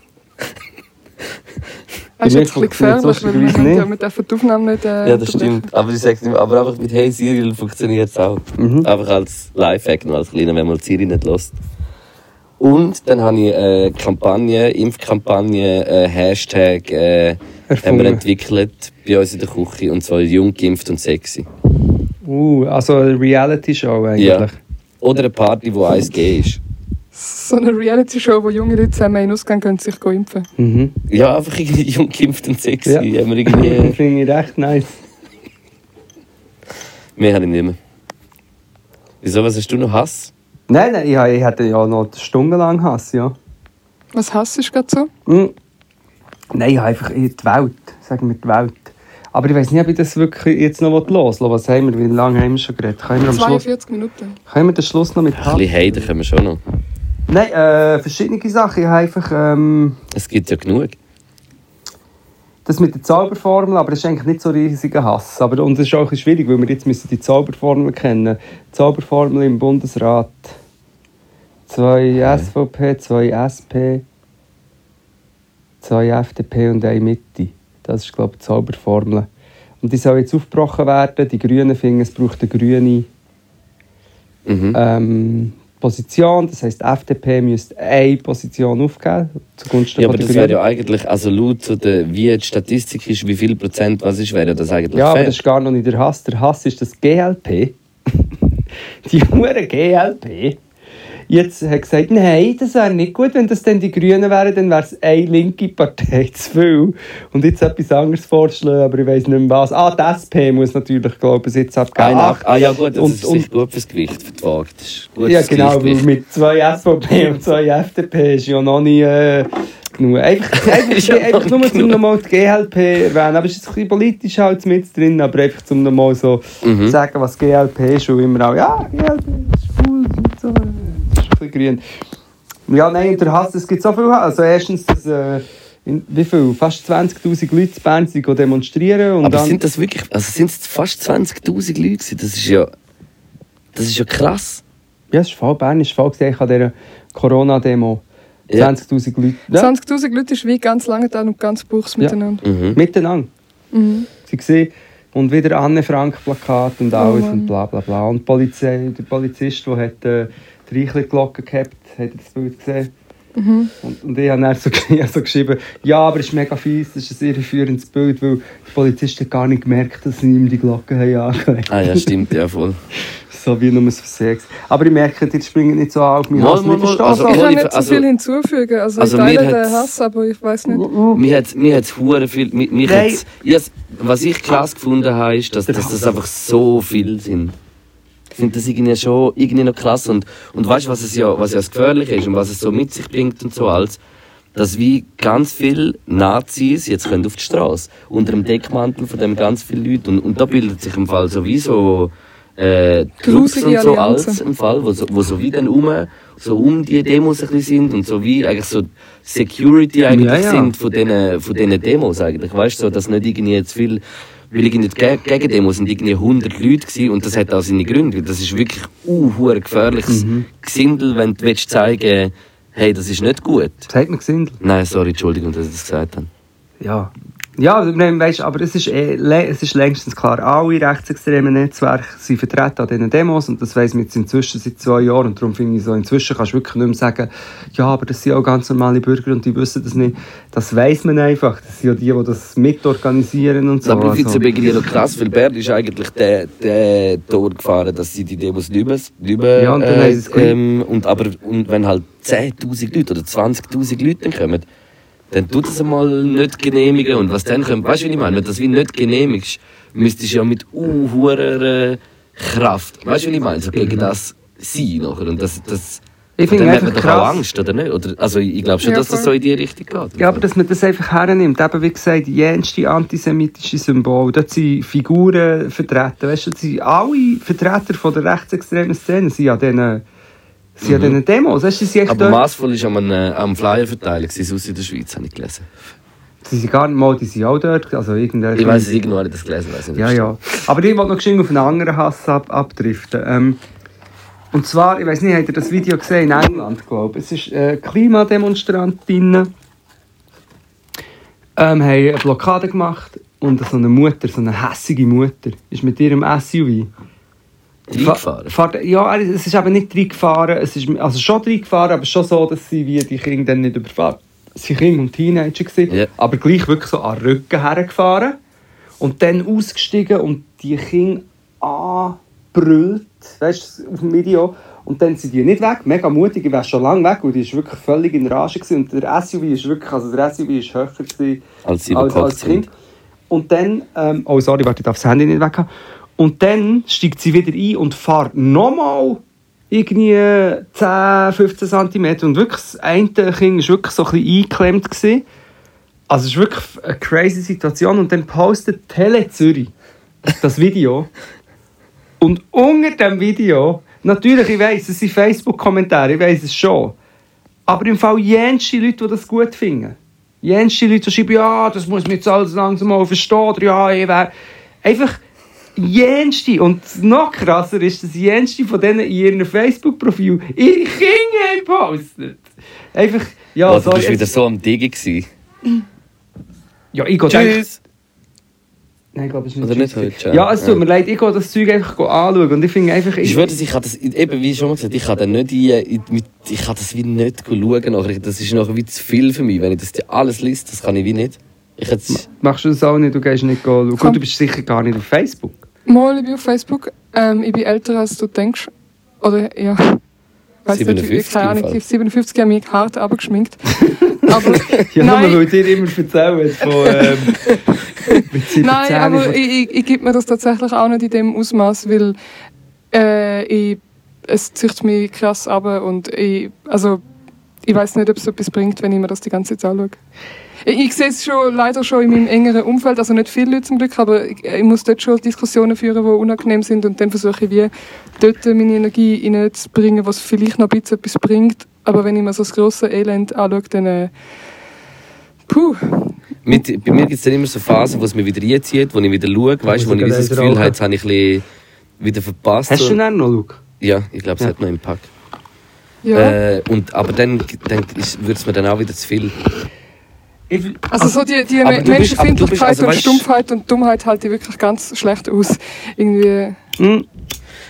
Das ist jetzt
Mir
ein bisschen
funktioniert's
gefährlich, weil wir
lustigerweise
haben ja
nicht.
mit der Aufnahme nicht... Äh,
Ja, das
unterbrechen.
stimmt. Aber ich sag's nicht mehr. Aber einfach mit Hey Cyril funktioniert es auch.
Mhm.
Einfach als Lifehack, nur als kleiner, wenn man Cyril nicht lässt. Und dann habe ich eine Kampagne, Impfkampagne, äh, Hashtag äh, haben
Erfunden.
wir entwickelt bei uns in der Küche. Und zwar jung, geimpft und sexy.
Uh, also eine Reality-Show
Ja.
eigentlich.
Oder eine Party, wo 1G ist.
So eine Reality-Show, wo junge Leute zusammen in den Ausgang gehen und sich impfen.
Mhm.
Ja, einfach irgendwie jung, geimpft und sexy.
Ja.
Haben wir irgendwie...
Finde ich recht nice.
Mehr habe ich nicht mehr. Wieso, was hast du noch Hass?
Nein, nein, ich, ha- ich hatte ja noch stundenlang Hass, ja.
Was hasst du gerade so?
Hm. Nein, ich habe einfach die Welt, sagen wir die Welt. Aber ich weiß nicht, ob ich das wirklich jetzt noch loslassen will. Was haben wir, wie lange haben wir schon geredet? Können wir, am Schluss,
42 Minuten.
können wir den Schluss noch mit
Ein
haben?
bisschen Heiden können wir schon noch.
Nein, äh, verschiedene Sachen. Ich habe einfach ähm,
Es gibt ja genug.
das mit der Zauberformel, aber das ist eigentlich nicht so riesiger Hass. Aber, und es ist auch ein bisschen schwierig, weil wir jetzt müssen die Zauberformel kennen. Zauberformel im Bundesrat. Zwei SVP, zwei SP, zwei FDP und eine Mitte. Das ist, glaube ich, die Zauberformel. Und die soll jetzt aufgebrochen werden. Die Grünen finden, es braucht eine grüne
Mhm.
ähm, Position. Das heisst, die FDP müsste eine Position aufgeben zugunsten
ja,
von
aber
der
das
Grünen.
wäre ja eigentlich, also laut so der, wie die Statistik ist, wie viel Prozent was ist, wäre das eigentlich
Ja, aber
fair.
das ist gar noch nicht der Hass. Der Hass ist das GLP. die hure GLP. Jetzt hat gesagt, nein, das wäre nicht gut, wenn das dann die Grünen wären, dann wäre es eine linke Partei zu viel. Und jetzt etwas anderes vorschlagen, aber ich weiß nicht mehr was. Ah, die SP muss natürlich, glaube ich, jetzt abgeben.
Ein Ach, ah ja gut, das
und-
ist
und-
sicher gut fürs Gewicht, für die Waage. Das ist gut
ja,
fürs
genau, weil
Gleichgewicht.
mit zwei SVP und zwei FDP ist ja noch nie äh, genug. Einfach,
Ist
einfach,
ja
einfach
noch
nur,
nicht
um nochmal die GLP erwähnen. Aber es ist ein bisschen politisch halt mit drin, aber einfach, um nochmal so
Mhm.
zu sagen, was GLP ist, weil immer auch, ja, GLP ist cool, und so, äh, ist ein bisschen grün. Ja, nein, der Hass, es gibt so viel Hass. Also erstens, dass, äh, in, wie viel? Fast 20'000 Leute in Bern sind gegangen demonstrieren und
Aber
dann...
sind das wirklich, also sind es fast 20'000 Leute gewesen? Das ist ja, das ist ja krass.
Ja, es war voll, Bern war voll gewesen, eigentlich an dieser Corona-Demo.
Ja.
20.000 Leute. Ja,
20.000 Leute ist wie ganz lange da und ganz Buchs
Ja.
miteinander.
Mhm.
Miteinander. Sie sehen, und wieder Anne Frank Plakat und alles
Mann.
und bla bla bla. Und die Polizei, der Polizist, der hat äh, die Reichlingglocke gehabt, hat das Bild gesehen. Und, und ich habe dann so, ich habe so geschrieben, ja, aber es ist mega fies, es ist ein irreführendes Bild, weil die Polizisten gar nicht gemerkt dass sie ihm die Glocke haben angelegt
Ah ja, stimmt, ja voll.
So wie nur ein Versehen. Aber ich merke, ihr springt nicht so auf mich.
Mal,
Also,
mal,
ich verstehe
mal,
es
also-
auch.
Ich kann
Ohne-
nicht so
also-
viel hinzufügen. Also,
also
ich teile
mir
den
hat's-
Hass, aber ich weiß nicht.
Mir hat mir hat's hure viel mi- mich
Nein.
hat's, yes, was ich klasse gefunden habe ist, dass, dass das einfach so viel sind. Ich finde das irgendwie schon irgendwie noch krass und und weißt du, was es ja was ja das gefährliche ist und was es so mit sich bringt und so alles, dass wie ganz viele Nazis jetzt können auf die Straße unter dem Deckmantel von dem ganz viele Leute und, und da bildet sich im Fall sowieso äh, Clubs
Grusige
und so
Allianzen.
alles im Fall, wo so, wo so wie dann um, so um die Demos ein bisschen sind und so wie eigentlich so Security eigentlich
Ja, ja.
sind von diesen von denen Demos eigentlich. Weißt du, so, dass nicht irgendwie jetzt viel, weil irgendwie die Ge- Gegendemos sind irgendwie 100 Leute gewesen und das hat auch seine Gründe. weil Das ist wirklich unhuhr gefährliches
Mhm.
Gesindel, wenn du willst zeigen, hey, das ist nicht gut.
Sagt man Gesindel?
Nein, sorry, Entschuldigung, dass ich das gesagt habe.
Ja. Ja, nein, weißt, aber es ist, eh, le- es ist längstens klar, alle rechtsextremen Netzwerke sind vertreten an diesen Demos und das weiss man jetzt inzwischen seit zwei Jahren und darum finde ich so, inzwischen kannst du wirklich nicht mehr sagen, ja, aber das sind auch ganz normale Bürger und die wissen das nicht. Das weiss man einfach, das sind ja die, die das mitorganisieren und so.
aber ich finde es
also,
aber irgendwie noch krass, weil Bern ist eigentlich der, der Tor gefahren, dass sie die Demos nicht mehr... Nicht mehr
Ja, und dann haben sie es geliebt.
ähm, und, aber, und wenn halt 10'000 Leute oder 20'000 Leute dann kommen, dann tut es einmal nicht genehmigen und was dann kommt, weißt du, wie ich meine? Wenn du das wie nicht genehmigst, müsstest du ja mit unhurer äh, Kraft, weißt du, wie ich meine, so gegen das sein nachher und das... das
Ich
und
finde
dann hat
einfach
man doch auch
krass.
Angst, oder nicht? Oder, also ich glaube schon,
Ja,
dass das
voll.
so in die Richtung geht.
Ja, aber dass man das einfach hernimmt. Eben, wie gesagt, jenste antisemitische Symbol. Dort sind Figuren vertreten. Weißt du, dort sind alle Vertreter von der rechtsextremen Szene sind an diesen, sind an diesen Demos. Weißt du, sie sind echt
Mhm. aber
dort,
maßvoll ist am, äh, am Flyer verteilt, gewesen, sonst in der Schweiz, habe ich gelesen.
sie sind gar nicht mal, die sind auch dort. Also irgendwelche.
Ich weiß es irgendwo nicht, das gelesen weiß ich nicht.
Ja, ja. Aber ich wollte noch geschwind auf einen anderen Hass ab abdriften. Ähm, und zwar, ich weiß nicht, habt ihr das Video gesehen in England, glaube ich. Es ist äh, Klimademonstrantinnen ähm, haben eine Blockade gemacht und so eine Mutter, so eine hässige Mutter, ist mit ihrem SUV
Reingefahren.
Fa- fahrt- ja, er- es ist eben nicht reingefahren. Es ist also schon reingefahren, aber schon so, dass sie wie die Kinder dann nicht überfahren. Sie waren Kinder und Teenager. Gewesen,
Ja.
Aber gleich wirklich so an den Rücken hergefahren. Und dann ausgestiegen und die Kinder anbrüllt. Weißt du, auf dem Video. Und dann sind die nicht weg. Mega mutig, ich wäre schon lange weg. Und die ist wirklich völlig in Rage. Gewesen. Und der SUV ist wirklich, also der SUV ist höher gewesen
Als sie
als,
überkocht
als Kind. Und dann, ähm, oh sorry, warte, ich darf das Handy nicht weg haben. Und dann steigt sie wieder ein und fährt nochmal irgendwie 10, 15 cm. Und wirklich, das eine Kind war wirklich so ein bisschen eingeklemmt. Gewesen. Also es ist wirklich eine crazy Situation. Und dann postet Tele Zürich das Video. und unter dem Video, natürlich, ich weiss, es sind Facebook-Kommentare, ich weiss es schon. Aber im Fall jenste Leute, die das gut finden. Jenste Leute, die schreiben, ja, das muss man jetzt alles langsam mal verstehen, oder ja, ich wär... Einfach jenste. Und noch krasser ist, dass jenste von denen in ihrem Facebook-Profil ihre Kinder haben postet. Einfach, ja,
Also, du bist
jetzt-
wieder so am Digi gewesen.
ja, ich gehe
Tschüss!
Nein, ich glaube, es ist nicht
Oder Also nicht
Schweizer.
heute, ja.
Ja, es tut mir leid, ich gehe das Zeug einfach anschauen und ich finde einfach...
Ich würde ich habe das, eben wie schon mal gesagt, ich habe dann nicht, in- in- mit- ich habe das wie nicht schauen nachher. Das ist nachher wie zu viel für mich. Wenn ich das dir alles lese, das kann ich wie nicht. Ich jetzt,
Machst du das auch nicht, du gehst nicht schauen. Gut, du bist sicher gar nicht auf Facebook.
Mal, ich bin auf Facebook. Ähm, ich bin älter, als du denkst. Oder, ja. Weiss nicht,
57
Keine
im
Ahnung,
Fall.
57 haben mich hart abgeschminkt. aber,
Ja,
nein,
nur weil dir immer erzählen von... Ähm, mit 17
Nein, aber
von-
ich, ich, ich gebe mir das tatsächlich auch nicht in dem Ausmaß, weil äh, ich, es zieht mich krass ab und ich, also, ich weiß nicht, ob es etwas bringt, wenn ich mir das die ganze Zeit anschaue. Ich, ich sehe es schon, leider schon in meinem engeren Umfeld, also nicht viele Leute zum Glück, aber ich, ich muss dort schon Diskussionen führen, die unangenehm sind und dann versuche ich wie dort meine Energie reinzubringen, was vielleicht noch ein bisschen etwas bringt. Aber wenn ich mir so das grosse Elend anschaue, dann äh, puh,
mit, bei mir gibt es dann immer so Phasen, wo es mich wieder reinzieht, wo ich wieder schaue, weißt, wo
muss
ich wieder
ich
das
leider
Gefühl
auch.
habe, jetzt habe ich ein bisschen wieder verpasst.
Hast du
Und-
den noch, Luke?
Ja, ich glaube, es
Ja.
hat noch einen Pack.
Ja.
Äh, und, aber dann, dann würde es mir dann auch wieder zu viel.
Ich,
Also so die, die
aber du bist- aber du bist-
Menschenfindlichkeit
also
und
weißt-
Stumpfheit und Dummheit halte ich wirklich ganz schlecht aus. Irgendwie.
Hm,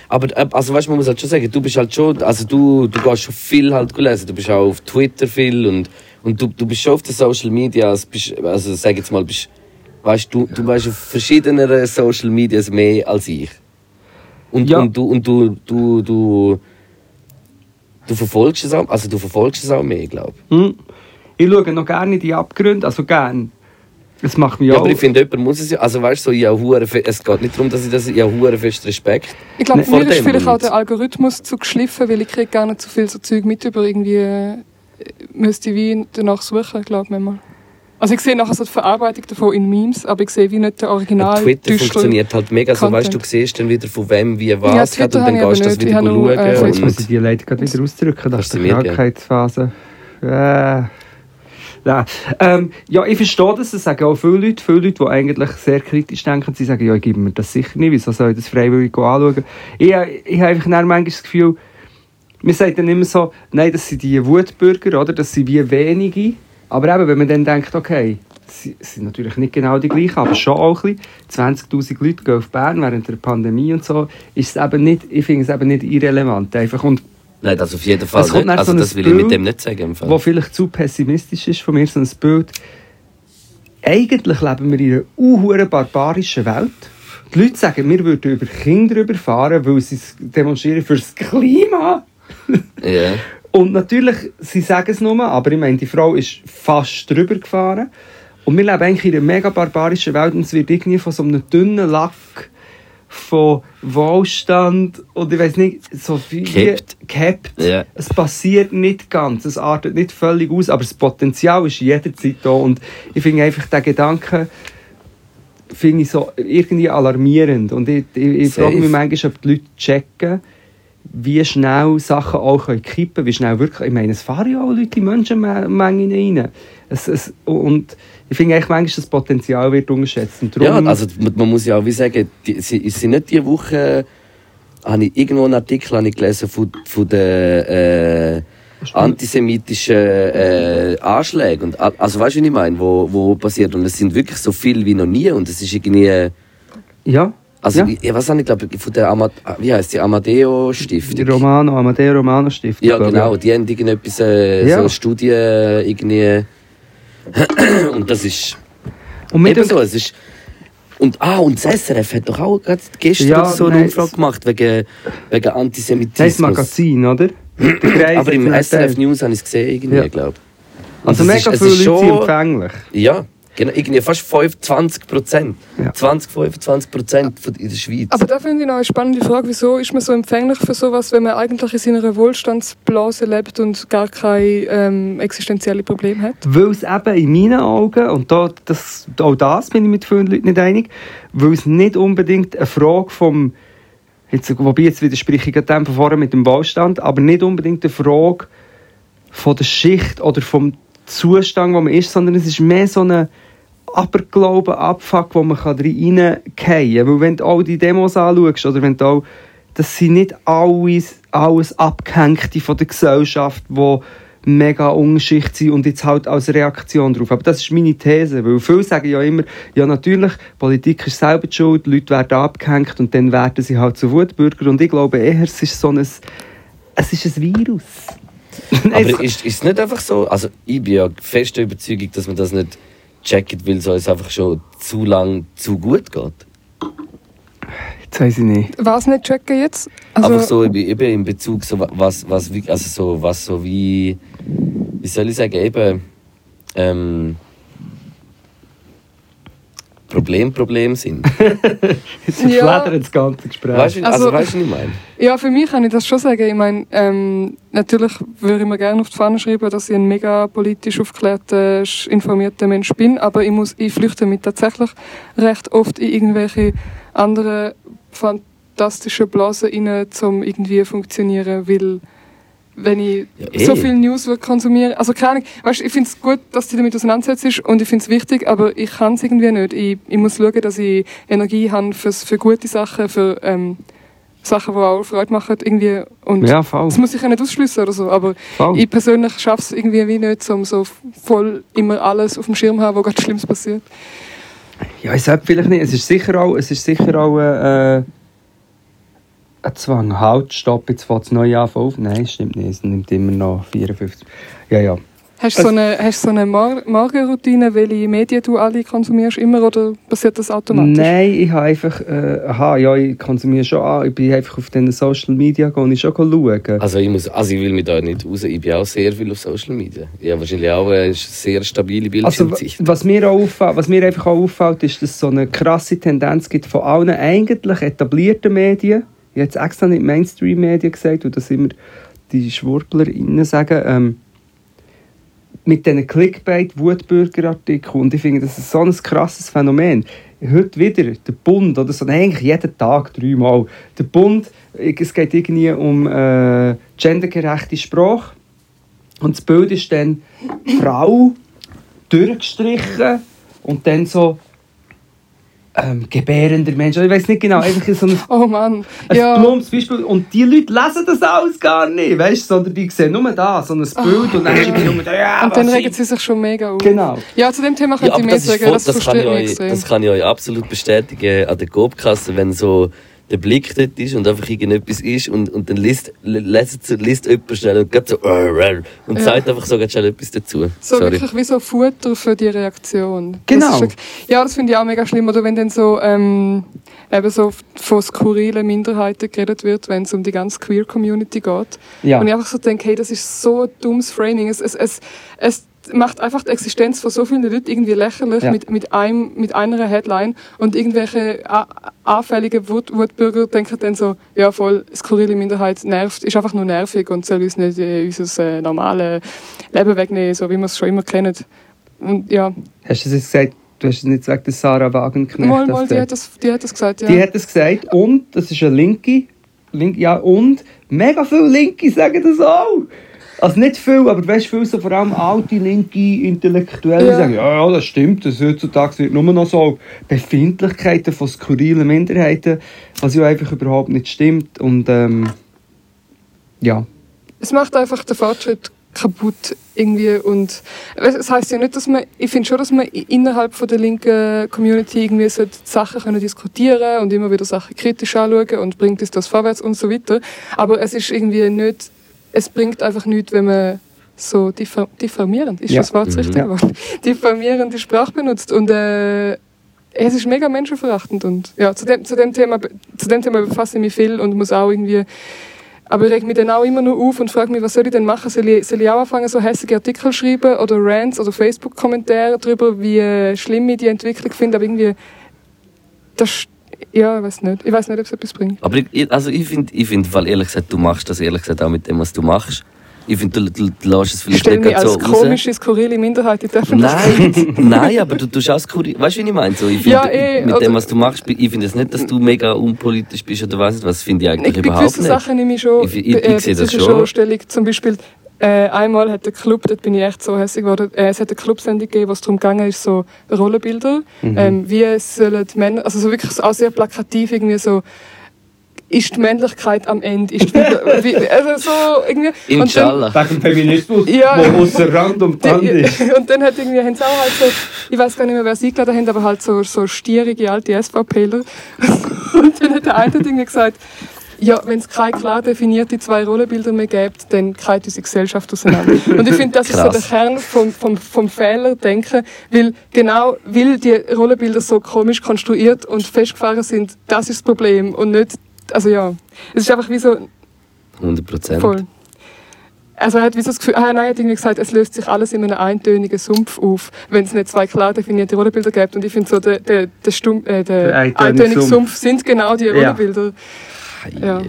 Aber äh, also weißt, man muss halt schon sagen, du bist halt schon, also du, du gehst schon viel halt lesen, du bist auch auf Twitter viel und, und du, du bist schon auf den Social Media, also, bist, also sag jetzt mal, bist, weißt, du, du weißt auf verschiedenen Social Medias mehr als ich. Und,
Ja.
und, du, und du, du, du, du verfolgst es auch, also du verfolgst es auch mehr, glaube ich.
hm. ich schaue noch gerne in die Abgründe, also gerne. Das macht mich
Ja,
auch...
aber ich finde, jemand muss es ja, also weißt du, so, ich habe hure fe- es geht nicht darum, dass ich das, ich habe hure fest Respekt.
Ich glaube,
Ne, vor
mir ist
dem
vielleicht auch
und-
der Algorithmus zu geschliffen, weil ich kriege gar nicht so viel so Zeug mit über irgendwie äh, müsste ich wie danach suchen, glaube ich manchmal. Also ich sehe nachher so die Verarbeitung davon in Memes, aber ich sehe wie nicht der
Ja,
Original.
Twitter
düsteren-
funktioniert halt mega so,
Content.
weißt du, du siehst dann wieder von wem, wie
Ja,
was
Twitter
geht und dann
habe
gehst
ich
du das
eben
wieder
nicht. Ich habe
schauen.
nur, äh,
Jetzt muss ich
und
die Leute gerade wieder ausdrücken, das ist
Kannst
die
du mir geben?
Krankheitsphase. Äh. Nein. Ähm, ja, ich verstehe das, das sagen auch viele Leute, viele Leute, die eigentlich sehr kritisch denken, sie sagen, ja, ich gebe mir das sicher nicht, wieso soll ich das freiwillig anschauen? Ich, ich habe einfach dann manchmal das Gefühl, man sagt dann immer so, nein, das sind die Wutbürger, oder? das sind wie wenige, aber eben, wenn man dann denkt, okay, sie es sind natürlich nicht genau die gleichen, aber schon auch ein bisschen, 20'000 Leute gehen auf Bern während der Pandemie und so, ist es eben nicht, ich finde es eben nicht irrelevant einfach und
Nein, das auf jeden Fall
Es kommt
nicht.
dann
Also
so ein
das will ich mit
Bild,
dem nicht sagen. Im Fall.
wo vielleicht zu pessimistisch ist von mir, so ein Bild. Eigentlich leben wir in einer unhuren barbarischen Welt. Die Leute sagen, wir würden über Kinder überfahren, weil sie es demonstrieren für das Klima.
Ja.
Und natürlich, sie sagen es nur, aber ich meine, die Frau ist fast drüber gefahren. Und wir leben eigentlich in einer mega barbarischen Welt und es wird irgendwie von so einem dünnen Lack von Wohlstand und ich weiß nicht, so viel
Gehabt.
gehabt.
Ja.
Es passiert nicht ganz, es artet nicht völlig aus, aber das Potenzial ist jederzeit da und ich finde einfach den Gedanken finde ich so irgendwie alarmierend und ich, ich, ich
Safe.
frage mich manchmal, ob die Leute checken, wie schnell Sachen auch können kippen können, wie schnell wirklich, ich meine, es fahren ja auch Leute in Menschenmengen rein. Es, es, und ich finde eigentlich manchmal, das Potenzial wird unterschätzt. Und
ja,
darum-
also man man muss ja auch wie sagen, die, sie, es sind nicht diese Woche, habe ich irgendwo einen Artikel habe ich gelesen von, von den äh, antisemitischen äh, Anschlägen. Und, a- also weißt du, was ich meine, wo, wo passiert. Und es sind wirklich so viele wie noch nie und es ist irgendwie...
ja,
Also,
ja.
ich, ich weiß auch nicht, glaube ich, von der Ama wie heißt die Amadeo Stiftung.
Romano, Amadeo Romano Stift.
ja, genau, die haben irgendetwas, äh,
Ja.
so Studien äh, irgendwie. und das ist
Und mit
eben so, es ist. Und, ah, und das SRF hat doch auch gerade gestern
Ja,
so eine
nein,
Umfrage
es-
gemacht wegen, wegen Antisemitismus.
Das Magazin, oder? Der Kreis
Aber im
hat einen
SRF
Teil.
News habe ich es gesehen, irgendwie,
Ja.
glaube ich.
Also
Und es
mega
ist- es
viele
ist
Leute sind
schon-
empfänglich.
Ja, genau, irgendwie fast 5, 20 Prozent.
Ja.
20, 25 Prozent von- in der Schweiz.
Aber da finde ich noch eine spannende Frage, wieso ist man so empfänglich für sowas, wenn man eigentlich in seiner Wohlstandsblase lebt und gar keine ähm, existenzielle Probleme hat?
Weil es eben in meinen Augen, und da, das, auch das bin ich mit vielen Leuten nicht einig, weil es nicht unbedingt eine Frage vom, jetzt, wobei jetzt widerspreche ich gerade dem von vorher mit dem Wohlstand, aber nicht unbedingt eine Frage von der Schicht oder vom Zustand, wo man ist, sondern es ist mehr so eine Aberglaube, Abfuck, wo man kann drin reingehen kann. Weil wenn du all die Demos anschaust, oder wenn du auch, das sind nicht alles, alles Abgehängte von der Gesellschaft, die mega Unschicht sind und jetzt halt als Reaktion drauf. Aber das ist meine These, weil viele sagen ja immer, ja natürlich, Politik ist selber die schuld, die Leute werden abgehängt und dann werden sie halt zu Wutbürger und ich glaube eher, es ist so ein, es ist ein Virus. Nein, es-
Aber ist, ist es nicht einfach so? Also ich bin ja fester Überzeugung, dass man das nicht checkt, weil es uns einfach schon zu lang zu gut geht.
Jetzt weiss ich nicht.
Was nicht checken jetzt? Also,
einfach so eben- eben in Bezug so wa- was was wie- also so was so wie wie soll ich sagen eben ähm, Problem Problem sind.
Jetzt
Ja.
verfledert das ganze Gespräch.
Weißt du, also,
Also-
weißt du, was ich meine?
Ja, für mich kann ich das schon sagen. Ich meine, ähm, natürlich würde ich mir gerne auf die Fahne schreiben, dass ich ein mega politisch aufgeklärter, sch- informierter Mensch bin, aber ich muss, ich flüchte mich tatsächlich recht oft in irgendwelche anderen fantastischen Blasen rein, um irgendwie funktionieren, weil wenn ich
eh.
so viel News will konsumieren also keine Ahnung, weißt, ich finde es gut, dass du dich damit auseinandersetzt ist und ich finde es wichtig, aber ich kann es irgendwie nicht. Ich, ich muss schauen, dass ich Energie habe für's, für gute Sachen, für ähm, Sachen, die auch Freude machen. Irgendwie. Und
Ja, voll.
Das muss ich ja nicht ausschliessen oder so, aber
Voll.
ich persönlich schaffe es irgendwie wie nicht, um so voll immer alles auf dem Schirm zu haben, was gerade Schlimmes passiert.
Ja, ich sage vielleicht nicht. Es ist sicher auch, es ist sicher auch äh, äh, ein Zwang. Halt, stopp, jetzt fängt das neue Jahr auf. Nein, stimmt nicht. Es nimmt immer noch 54. Ja, ja.
Hast du so eine, hast du so eine Mor Morgenroutine, welche Medien du alle konsumierst, immer oder passiert das automatisch?
Nein, ich habe einfach. Äh, aha, ja, ich konsumiere schon an. Ich bin einfach auf den Social Media gegangen und ich schon schauen.
Also ich, muss, also ich will mich da nicht raus. Ich bin auch sehr viel auf Social Media. Ja, wahrscheinlich auch eine sehr stabile
Also,
Bildschirmzeit.
w- was mir, auch auffällt, was mir einfach auch auffällt, ist, dass es so eine krasse Tendenz gibt von allen eigentlich etablierten Medien. Ich habe jetzt extra nicht Mainstream-Medien gesagt, weil das immer die SchwurblerInnen sagen. Ähm, mit diesen Clickbait, Wutbürgerartikeln. Und ich finde, das ist so ein krasses Phänomen. Heute wieder, der Bund oder so, nein, eigentlich jeden Tag dreimal. Der Bund, äh, es geht irgendwie um äh, gendergerechte Sprache. Und das Bild ist dann Frau durchgestrichen und dann so ähm, gebärender Mensch. Ich weiß nicht genau, einfach so ein
Oh Mann,
ein
ja.
plumpes Beispiel. Und die Leute lesen das alles gar nicht, weißt du? Sondern die sehen nur da, so ein Bild und dann schreiben die nur da, ja,
Ah. Und dann
was
regen
ist-
sie sich schon mega auf.
Genau.
Ja, zu dem Thema könnte
Ja, aber
ich mehr
das, ist
sagen,
voll,
das,
das, kann ich
versteht mich
euch,
extrem.
das kann ich euch absolut bestätigen an der Gobkasse, wenn so der Blick dort ist und einfach irgendetwas ist und, und dann liest, liest, liest jemand schnell und geht so äh, äh, und
Ja.
sagt einfach so ganz schnell etwas dazu.
So
Sorry.
wirklich wie so Futter für die Reaktion. Das
Genau.
ist wirklich- ja, das finde ich auch mega schlimm. Oder wenn dann so, ähm, eben so von skurrilen Minderheiten geredet wird, wenn es um die ganze Queer-Community geht.
Ja.
Und ich einfach so denke, hey, das ist so ein dummes Framing. Es, es, es, es macht einfach die Existenz von so vielen Leuten irgendwie lächerlich
Ja.
mit, mit, einem, mit einer Headline und irgendwelche a- anfälligen Wut, Wutbürger denken dann so, ja voll, skurrile Minderheit nervt, ist einfach nur nervig und soll uns nicht äh, unser äh, normales Leben wegnehmen, so wie wir es schon immer kennen. Und ja,
Hast du das jetzt gesagt? Du hast es nicht gesagt, dass Sarah Wagenknecht
mal,
das
mal, die
sagt?
hat das, die hat das gesagt, ja.
Die hat es gesagt und, das ist eine Linke, Link, ja und, mega viele Linke sagen das auch. Also nicht viel, aber weißt du, viele so vor allem alte linke Intellektuelle
Ja.
sagen, ja, ja, das stimmt, das heutzutage wird nur noch so Befindlichkeiten von skurrilen Minderheiten, was ja einfach überhaupt nicht stimmt und ähm, ja.
es macht einfach den Fortschritt kaputt irgendwie und es das heißt ja nicht, dass man ich finde schon, dass man i- innerhalb von der linken Community irgendwie so Sachen können diskutieren und immer wieder Sachen kritisch anschauen und bringt uns das vorwärts und so weiter, aber es ist irgendwie nicht, es bringt einfach nichts, wenn man so diffa diffamierend, ist
Ja.
das Wort das
Mhm.
richtige
Ja.
Wort, diffamierende Sprache benutzt und äh, es ist mega menschenverachtend und ja, zu dem, zu dem Thema, be- zu dem Thema befasse ich mich viel und muss auch irgendwie aber ich reg mich dann auch immer nur auf und frage mich, was soll ich denn machen? Soll ich, soll ich auch anfangen, so hässliche Artikel schreiben oder Rants oder Facebook-Kommentare darüber, wie äh, schlimm ich die Entwicklung finde? Aber irgendwie, das, sch- ja, ich weiß nicht. Ich weiß nicht, ob es etwas bringt.
Aber ich- ich, also ich finde, ich find, weil ehrlich gesagt, du machst das ehrlich gesagt auch mit dem, was du machst. Ich finde, du, du, du lässt es
Ich
vielleicht
stelle
nicht
mich
ganz
als
so raus.
komische, skurrile Minderheit in der
Nein, nein, aber du tust auch skurril. Weißt du, wie ich meine? So, ich find,
Ja, eh,
mit
also-
dem, was du machst, ich finde es nicht, dass du mega unpolitisch bist oder weiss nicht, was finde ich eigentlich
Ich, bei
überhaupt
gewissen
nicht.
Sachen nehme ich schon,
Ich- ich- ich sehe das
bezüglich
schon.
Stellung. Zum Beispiel, äh, einmal hat der Club, dort bin ich echt so hässlich geworden, äh, es hat eine Clubsendung gegeben, wo es darum gegangen ist, so Rollenbilder,
Mhm.
ähm, wie sollen die Männer, also so wirklich auch sehr plakativ irgendwie so, ist die Männlichkeit am Ende, ist die, wie, also so irgendwie. Und dann-
Inshallah.
Wegen Feminismus,
Ja. wo
außer Rand und
die, und dann hat irgendwie, haben sie auch halt so, ich weiß gar nicht mehr, wer sie eingeladen haben, aber halt so, so stierige alte SVPler. Und dann hat der eine irgendwie gesagt, ja, wenn es keine klar definierte zwei Rollenbilder mehr gibt, dann geht unsere Gesellschaft auseinander. Und ich finde, das ist so der
Krass.
Kern vom, vom, vom Fehlerdenken, weil genau, weil die Rollenbilder so komisch konstruiert und festgefahren sind, das ist das Problem und nicht, also ja, es ist einfach wie so,
100 Prozent.
Voll. Also er hat wie so das Gefühl, ah, nein, er hat irgendwie gesagt, es löst sich alles in einem eintönigen Sumpf auf, wenn es nicht zwei klar definierte Rollenbilder gibt. Und ich finde so, der, der, der, Stum, äh, der,
Der eintönige
eintönige
Sumpf.
Sumpf sind genau die Rollenbilder. Ja.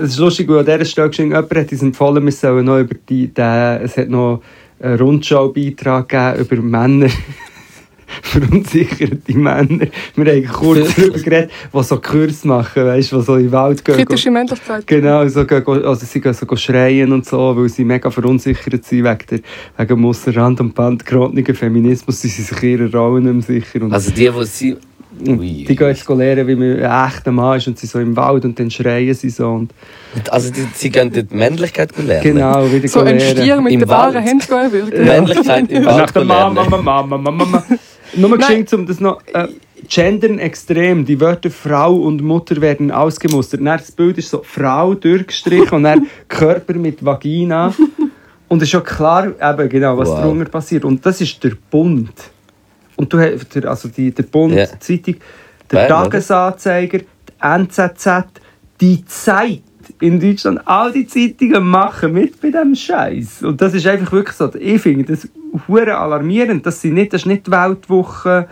Es ist lustig, weil an dieser Stelle geschrieben, jemand hat uns empfohlen, wir sollen noch über die, den, es hat noch einen Rundschau-Beitrag gegeben über Männer, verunsicherte Männer. Wir haben kurz darüber geredet, die so Kurs machen, weißt du, die so in die Welt gehen.
Kritische Männlichkeit.
Genau, so gehen, also sie gehen so schreien und so, weil sie mega verunsichert sind wegen, der, wegen
Also,
dem Ausserrand und Band gerotenen Feminismus, sie sind sich ihrer Rollen nicht mehr sicher. Und
Also die, die sie
Und
Ui, ui,
die gehen jetzt lernen, wie man ein echter Mann ist und sie so im Wald und dann schreien sie so. Und,
Also die, sie gehen dort die Männlichkeit lernen.
genau, wieder
So ein
lernen.
Stier mit
Im
den
Wald.
wahren Händen erwürgen.
Männlichkeit im
Nach
Wald
der
lernen.
Mama, Mama, Mama, Mama. Nur geschenkt, um das noch. Äh, Gendern extrem. Die Wörter Frau und Mutter werden ausgemustert. Dann das Bild ist so Frau durchgestrichen und dann Körper mit Vagina. Und es ist schon klar, eben, genau, was
Wow.
drunter passiert. Und das ist der Bund. Und du hast, der- also die, der Bund,
Ja.
die Zeitung, der
Bern, oder?
Tagesanzeiger, die NZZ, die Zeit in Deutschland. All die Zeitungen machen mit bei diesem Scheiß. Und das ist einfach wirklich so. Ich finde das hure alarmierend. Das, sind nicht, das ist nicht die Weltwoche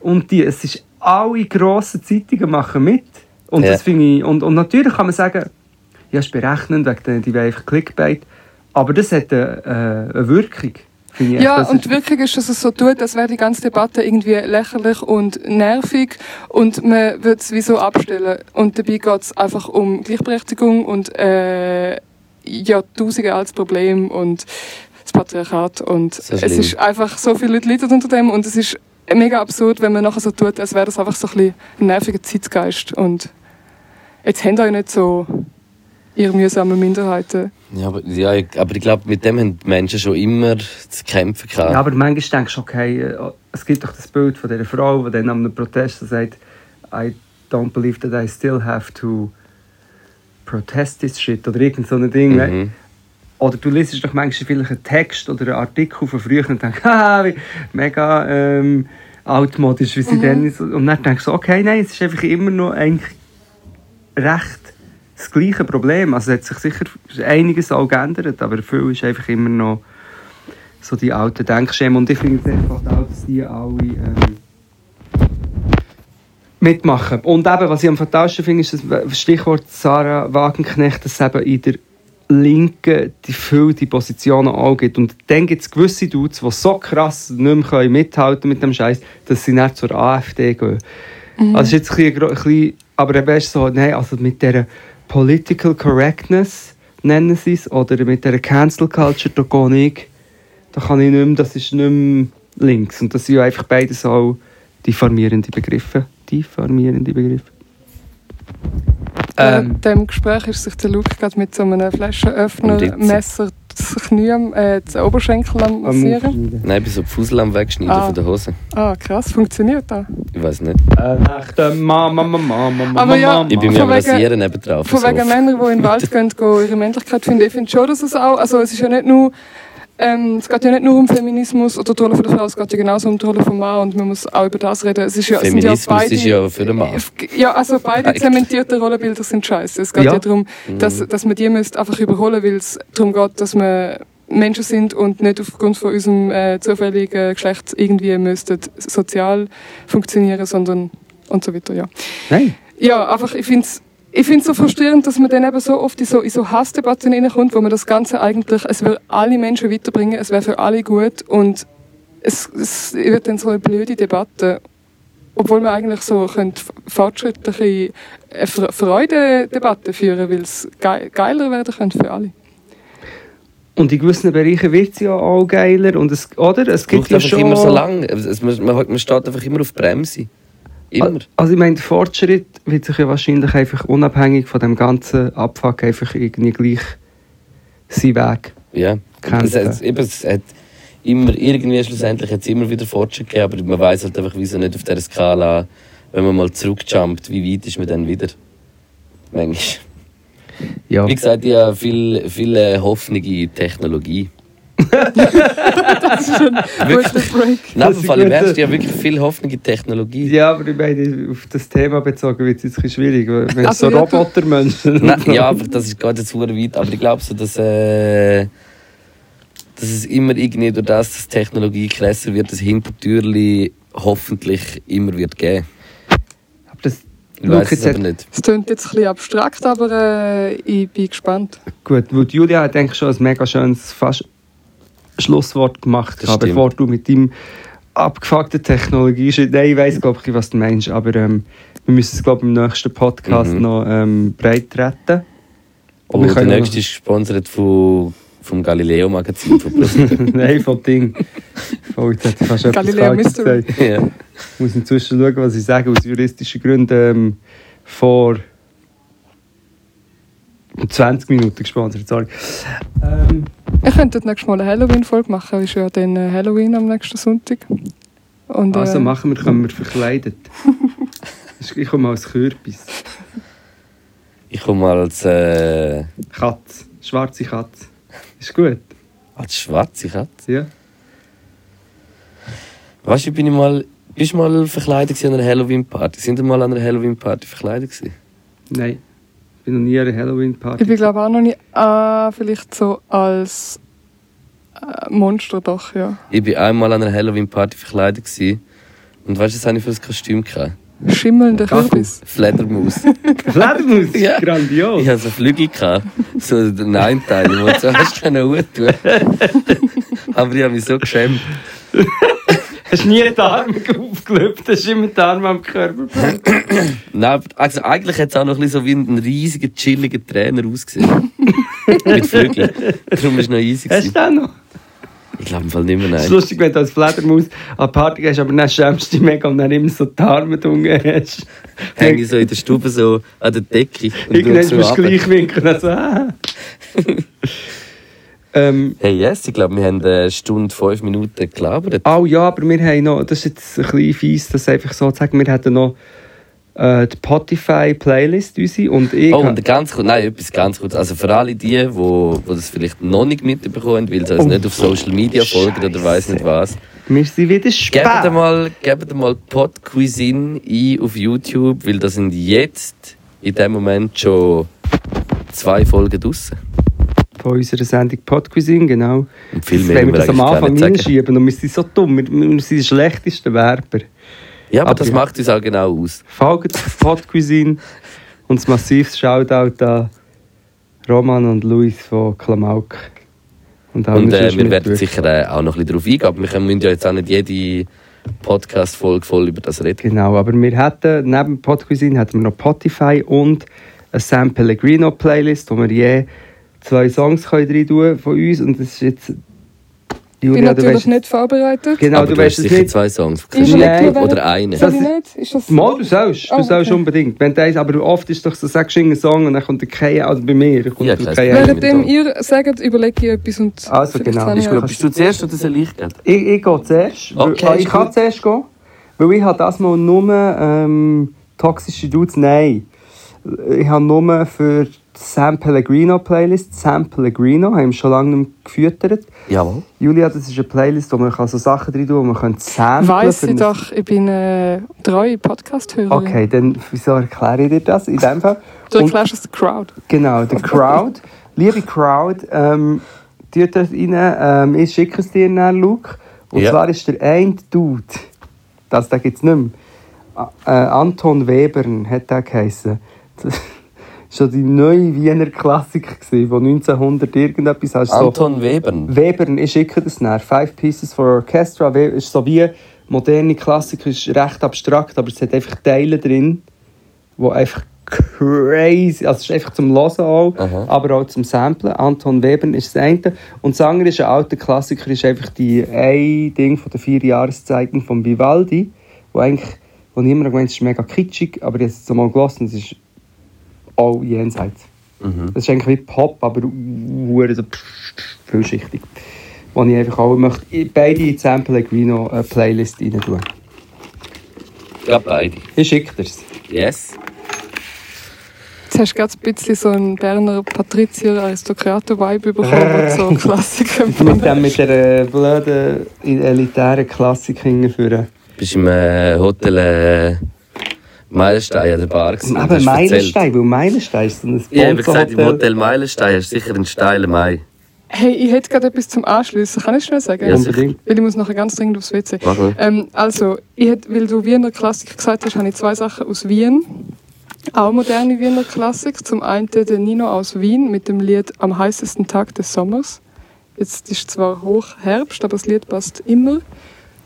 und die. Es ist, alle grossen Zeitungen machen mit. Und,
Ja.
das finde ich, und, und natürlich kann man sagen, ja, ist berechnend, wegen der, die wollen einfach Clickbait. Aber das hat eine, äh, eine Wirkung. finde ich
Ja,
echt. Das
und
ist-
die Wirkung ist, dass es so tut, als wäre die ganze Debatte irgendwie lächerlich und nervig und man würde es wie so abstellen. Und dabei geht es einfach um Gleichberechtigung und äh, Jahrtausende altes Problem und das Patriarchat. Und
So
es
schlimm.
ist einfach so viele Leute leiden unter dem und es ist mega absurd, wenn man nachher so tut, als wäre das einfach so ein bisschen ein nerviger Zeitgeist. Und jetzt habt ihr euch nicht so ihr mühsamen Minderheiten.
Ja, aber, ja, ich- aber ich glaube, mit dem haben die Menschen schon immer zu kämpfen gehabt.
Ja, aber manchmal denkst du, okay, äh, es gibt doch das Bild von dieser Frau, die dann am Protest sagt, I don't believe that I still have to protest this shit oder irgend so ein Ding. ne?
mhm.
Oder du liest doch manchmal vielleicht einen Text oder einen Artikel von früher und denkst, ah, wie mega ähm, altmodisch, wie sie dann ist. Und dann denkst du, okay, nein, es ist einfach immer noch eigentlich recht das gleiche Problem. Also es hat sich sicher einiges auch geändert, aber viel ist einfach immer noch so die alten Denkschemen. Und ich finde es einfach auch, dass die alle ähm, mitmachen. Und eben, was ich am fatalsten finde, ist das Stichwort Sarah Wagenknecht, dass es eben in der Linken die viel die Positionen auch gibt. Und dann gibt es gewisse Dudes, die so krass nicht mehr können mithalten mit dem Scheiß, dass sie nicht zur AfD gehen. Also es ist jetzt ein bisschen, gro- ein bisschen aber eben ist so, nein, also mit dieser Political Correctness nennen sie es, oder mit dieser Cancel Culture, da gehe ich, da kann ich nicht mehr, das ist nicht mehr links. Und das sind ja einfach beides auch diffamierende Begriffe. Diffamierende Begriffe.
Während
Ähm.
dem Gespräch ist sich der Luke gerade mit so einem
Und
Flaschenöffner,
jetzt?
Messer, das Knie, am- äh, den Oberschenkel am
Am
massieren.
Aufschneiden.
Nein, bis so die Fusel am Wegschneiden
Ah.
von der Hose.
Ah, krass, funktioniert das?
Ich weiß nicht.
Äh, echt, äh, Ma, Ma, Ma, Ma, Ma, Ma,
Aber ja,
Ma, Ma.
Ich bin mir
Von
am
wegen-
Rasieren neben drauf.
Von wegen Männern, die in den Wald gehen, gehen ihre Männlichkeit finden. Ich finde schon, dass es auch, also es ist ja nicht nur, ähm, es geht ja nicht nur um Feminismus oder die Rolle von der Frau, es geht ja genauso um die Rolle vom Mann und man muss auch über das reden. Es ist ja, es sind ja
Feminismus
beide,
ist ja für den Mann.
Ja, also beide
Eigentlich.
zementierte Rollenbilder sind scheiße. Es geht
Ja.
ja, darum, dass,
Mhm.
dass man die müsst einfach überholen, weil es darum geht, dass wir Menschen sind und nicht aufgrund von unserem äh, zufälligen Geschlecht irgendwie müssten sozial funktionieren, sondern und so weiter, ja.
Nein.
Ja, einfach, ich finde es ich find's so frustrierend, dass man dann eben so oft in so, in so Hassdebatten reinkommt, wo man das Ganze eigentlich, es will alle Menschen weiterbringen, es wäre für alle gut und es, es wird dann so eine blöde Debatte. Obwohl man eigentlich so könnte f- fortschrittliche äh, Fre- Freudedebatte führen weil es ge geiler werden könnte für alle.
Und in gewissen Bereichen wird es ja auch geiler. Und es, oder? Es gibt
braucht
ja
einfach
schon...
immer so lange. Es- es- Man, man, man steht einfach immer auf die Bremse. Immer.
Also ich meine, der Fortschritt wird sich ja wahrscheinlich einfach unabhängig von dem ganzen Abfuck einfach irgendwie gleich seinen Weg.
Ja.
Kämpfen.
Es, es, eben, es hat immer, irgendwie schlussendlich hat es immer wieder Fortschritt gegeben, aber man weiß halt einfach, wieso nicht auf dieser Skala, wenn man mal zurückjumpt, wie weit ist man dann wieder? Manchmal.
Ja.
Wie gesagt, ich habe viel, viel äh, Hoffnung in Technologie.
Das ist ein guter Break.
Nein,
Das
im
ist
Fall im
gut.
Ernst, ich habe wirklich viel Hoffnung in Technologie.
ja, aber ich meine, auf das Thema bezogen wird es jetzt ein bisschen schwierig. weil Wir haben
Also
so
ja, du-
Robotermenschen.
Nein, ja, aber das ist gerade jetzt hure weit. Aber ich glaube so, dass, äh, dass es immer irgendwie durch das, dass Technologie krasser wird, das Hintertürli hoffentlich immer wird geben.
Aber das,
Ich weiß
Luke,
es
jetzt
aber
hat,
nicht.
Es klingt jetzt ein bisschen abstrakt, aber äh, ich bin gespannt.
gut, weil Julia hat eigentlich schon ein mega schönes fast Schlusswort gemacht,
Das
gehabt,
stimmt.
bevor du mit deinem abgefuckten Technologie... Nein, ich weiss, glaube ich, was du meinst, aber ähm, wir müssen es, glaube ich, im nächsten Podcast
Mhm.
noch ähm, breit retten. Und
Und
wir
der
können
nächste ist gesponsert von, vom Galileo-Magazin von ProSieben.
Nein, von Ding. Oh, jetzt hätte ich fast etwas
Galileo
Falsches
Mystery.
gesagt.
ja.
Ich muss inzwischen schauen, was ich sage, aus juristischen Gründen ähm, vor 20 Minuten gesponsert, sorry. Ähm,
Ihr könntet nächstes Mal eine Halloween-Folge machen. Ist ja dann äh, Halloween am nächsten Sonntag. Und,
also
äh,
machen wir, kommen wir verkleidet. Ich komme als Kürbis.
Ich komme als, äh,
Katz. Schwarze Katz. Ist gut,
als schwarze Katze.
ja.
Weißt du, ich bin mal, bist du mal verkleidet gewesen an einer Halloween-Party? Sind wir mal an einer Halloween-Party verkleidet gewesen?
Nein, ich bin noch nie an einer Halloween-Party.
Ich bin glaube auch noch nicht. Ah, vielleicht so als äh, Monster doch, ja.
Ich bin einmal an einer Halloween-Party verkleidet gewesen. Und weißt du, was habe ich für ein Kostüm gehabt?
Schimmelnder
Kaku.
Kürbis.
Fledermaus.
Fledermaus,
Ja.
grandios.
Ich hatte so Flügel. Gehabt. So den einen Teil, den man zuerst tun konnte. Aber ich habe mich so geschämt.
Hast du nie die Arme aufgelöbt? Hast immer die Arme am Körper
Nein, also eigentlich hat es auch noch ein bisschen so wie ein riesiger, chilliger Trainer ausgesehen. Mit Flügeln. Darum war es noch easy.
Hast du
Gewesen.
den noch?
Ich glaube im Fall nicht mehr,
Es ist
nein.
lustig, wenn du als Fledermaus an die Party gehst, aber dann schämst du dich mega und dann immer so die Arme drunter hast.
Hänge ich so in der Stube so an der Decke. und schaue
Irgendwann musst
so
du
runter.
gleich winken. Also, ah. ähm,
Hey, yes, ich glaube, wir haben eine Stunde, fünf Minuten gelabert.
oh ja, aber wir haben noch, das ist jetzt ein bisschen fies, das einfach so zu sagen, wir hätten noch äh, die Spotify-Playlist unsere und ich...
Oh, und ganz kurz, nein, etwas ganz kurz. Also für alle die, wo, wo das vielleicht noch nicht mitbekommen haben, weil sie uns
Oh.
nicht auf Social Media folgen oder weiss nicht was,
wir sind wieder spät.
gebt mal, gebt mal Pod Cuisine ein auf YouTube, weil da sind jetzt in dem Moment schon zwei Folgen draussen.
Von unserer Sendung Podcuisine, genau.
Und viel
Das
mehr
wollen
wollen wir
das am
eigentlich gar
Anfang
nicht sagen.
hinschieben und wir sind so dumm, wir, wir sind die schlechtesten Werber.
Ja, aber
Aber
das
ja.
macht uns auch genau aus.
Folgt Podcuisine und ein massives Shoutout an Roman und Luis von Klamauk. Und, allen
Und äh,
sonst
wir werden
mitwirken.
sicher äh, auch noch ein bisschen darauf eingehen, aber wir können- müssen ja jetzt auch nicht jede Podcast-Folge voll über das reden.
Genau, aber wir hätten neben Podcuisine hätten wir noch Spotify und eine Sam Pellegrino Playlist, wo wir je zwei Songs können rein tun von uns und das ist jetzt...
Ich bin
Julia, du
natürlich
weißt-
nicht vorbereitet.
Genau,
aber
du weißt
hast
es
sicher
nicht.
zwei Songs.
Ist
Nein.
das nicht-
Oder einen.
Soll ich nicht? Ist das
Mal, du sollst, du
Ah,
sollst
okay.
unbedingt. Wenn du eins, aber oft ist doch so, sagst du einen Song und dann kommt der kein, also bei mir, kommt der
Ja, klar.
kein.
Nein.
Währenddem ihr sagt, überlege ich etwas und
Also,
vielleicht
genau.
habe ich
Ist
auch-
gut.
du zuerst oder soll ich gehen?
Ich, ich gehe zuerst. weil-
Okay,
ah,
ist
ich kann
gut.
zuerst gehen, weil ich habe das mal nur ähm, toxische Dudes, nein. Ich habe nur für die Sam Pellegrino Playlist, Sam Pellegrino, haben wir schon lange nicht mehr gefüttert.
Jawohl.
Julia, das ist eine Playlist, wo man kann so Sachen drin tun kann, wo man kann samplen
Weiss
für
ich
ein-
doch, ich bin äh, treue Podcast-Hörerin.
Okay, dann wieso erkläre ich dir das in dem Fall?
Du
Und-
erklärst es der Crowd.
Genau, der Crowd. Liebe Crowd, ähm, tut das rein. Ähm, ich schicke es dir nach, Luke. Und
Ja.
zwar ist der ein Dude, das da gibt es nicht mehr, A- äh, Anton Webern hat der geheissen. Das war schon die neue Wiener Klassik gewesen, von 1900 irgendetwas. hast du so-
Anton Webern.
Webern, ich schicke das nach. Five Pieces for Orchestra We- ist so wie moderne Klassik, ist recht abstrakt, aber es hat einfach Teile drin, wo einfach crazy, also es ist einfach zum Hören auch,
Aha.
aber auch zum Samplen. Anton Webern ist das eine. Und das andere ist ein alter Klassiker, ist einfach die ein Ding von den vier Jahreszeiten von Vivaldi, wo eigentlich, wo ich immer noch gemeint habe, es ist mega kitschig, aber jetzt so mal gelassen, es ist auch jenseits.
Mhm.
Das ist eigentlich wie Pop, aber hure so vielschichtig. Wo ich einfach auch möchte, ich- beide in die Sam Pellegrino äh, Playlist rein tun.
Ja, beide.
Ich schicke dir's.
Yes.
Jetzt hast du gerade ein bisschen so einen Berner Patrizier-Aristokraten-Vibe bekommen, wo du so Klassiker
Mit,
empfunden
dem, mit der äh, blöden elitären Klassik hingeführen.
Bist im äh, Hotel äh, Meilenstein an der Bar gewesen. und
Aber
hast erzählt.
Meilenstein, weil Meilenstein ist so ein
Ja, wie gesagt, im
Bonzenhotel.
Hotel Meilenstein hast du sicher einen steilen Mai.
Hey, ich hätte gerade etwas zum Anschliessen. Kann ich schnell sagen?
Ja,
Unbedingt.
Weil ich muss nachher ganz dringend aufs WC.
Mach mal.
Ähm, also, ich hätte, weil du Wiener Klassik gesagt hast, habe ich zwei Sachen aus Wien. Auch moderne Wiener Klassik. Zum einen der Nino aus Wien mit dem Lied Am heißesten Tag des Sommers. Jetzt ist zwar Hochherbst, aber das Lied passt immer.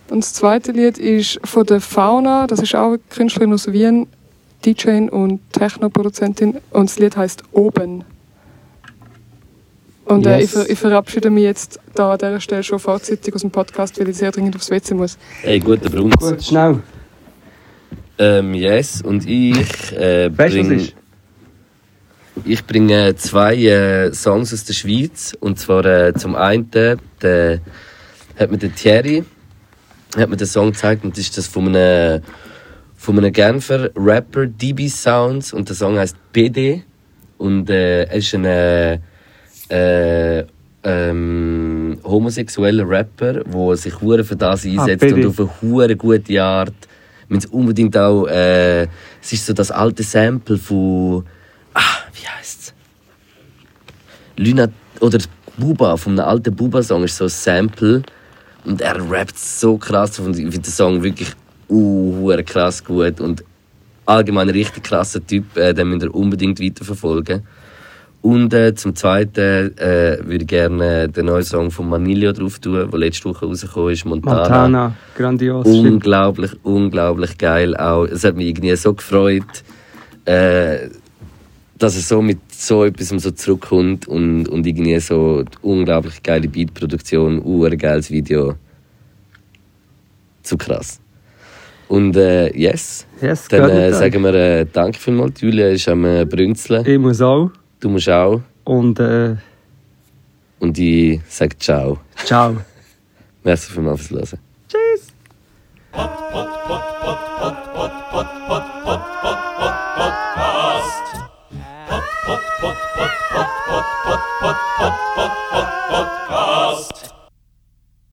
Und das zweite Lied ist von der Fauna. Das ist auch eine Künstlerin aus Wien, DJ und Technoproduzentin. Und das Lied heißt Oben. Und äh,
Yes.
ich, ver ich verabschiede mich jetzt da an dieser Stelle schon vorzeitig aus dem Podcast, weil ich sehr dringend aufs WC muss.
Hey, guter Brunz.
Gut, schnell.
Ähm, yes, und ich äh,
Weißt du, was
bringe
ist?
ich bringe zwei äh, Songs aus der Schweiz und zwar äh, zum einen der, hat mir der Thierry hat mir den Song gezeigt und das ist das von einem von einem Genfer Rapper DB Sounds und der Song heißt BD und äh, er ist ein äh, äh, ähm, homosexueller Rapper, der sich hure für das einsetzt
BD.
und auf eine hure gute Art. Ich meine, es unbedingt auch, äh, es ist so das alte Sample von, ah, wie heißt's? Luna oder Buba, von einem alten Buba-Song ist so ein Sample. Und er rappt so krass drauf und ich finde den Song wirklich uh, krass gut und allgemein ein richtig krasser Typ, äh, den müsst ihr unbedingt weiterverfolgen. Und äh, zum Zweiten äh, würde ich gerne den neuen Song von Manilio drauf tun, der letzte Woche rausgekommen ist, Montana.
Montana, grandios. stimmt.
Unglaublich, unglaublich geil auch. Es hat mich irgendwie so gefreut, äh, dass er so mit so etwas so zurückkommt und, und irgendwie so die unglaublich geile Beatproduktion, urgeiles Video. Zu krass. Und äh, yes,
Yes,
dann
gönnt
äh,
euch.
sagen wir äh, danke vielmals. Julia ist am äh, Brünzeln,
Ich muss auch.
du musst auch.
Und äh,
Und ich sage ciao.
ciao.
Merci vielmals fürs Hören.
Tschüss.
Pod, pod, pod, pod, pod, pod, pod, pod.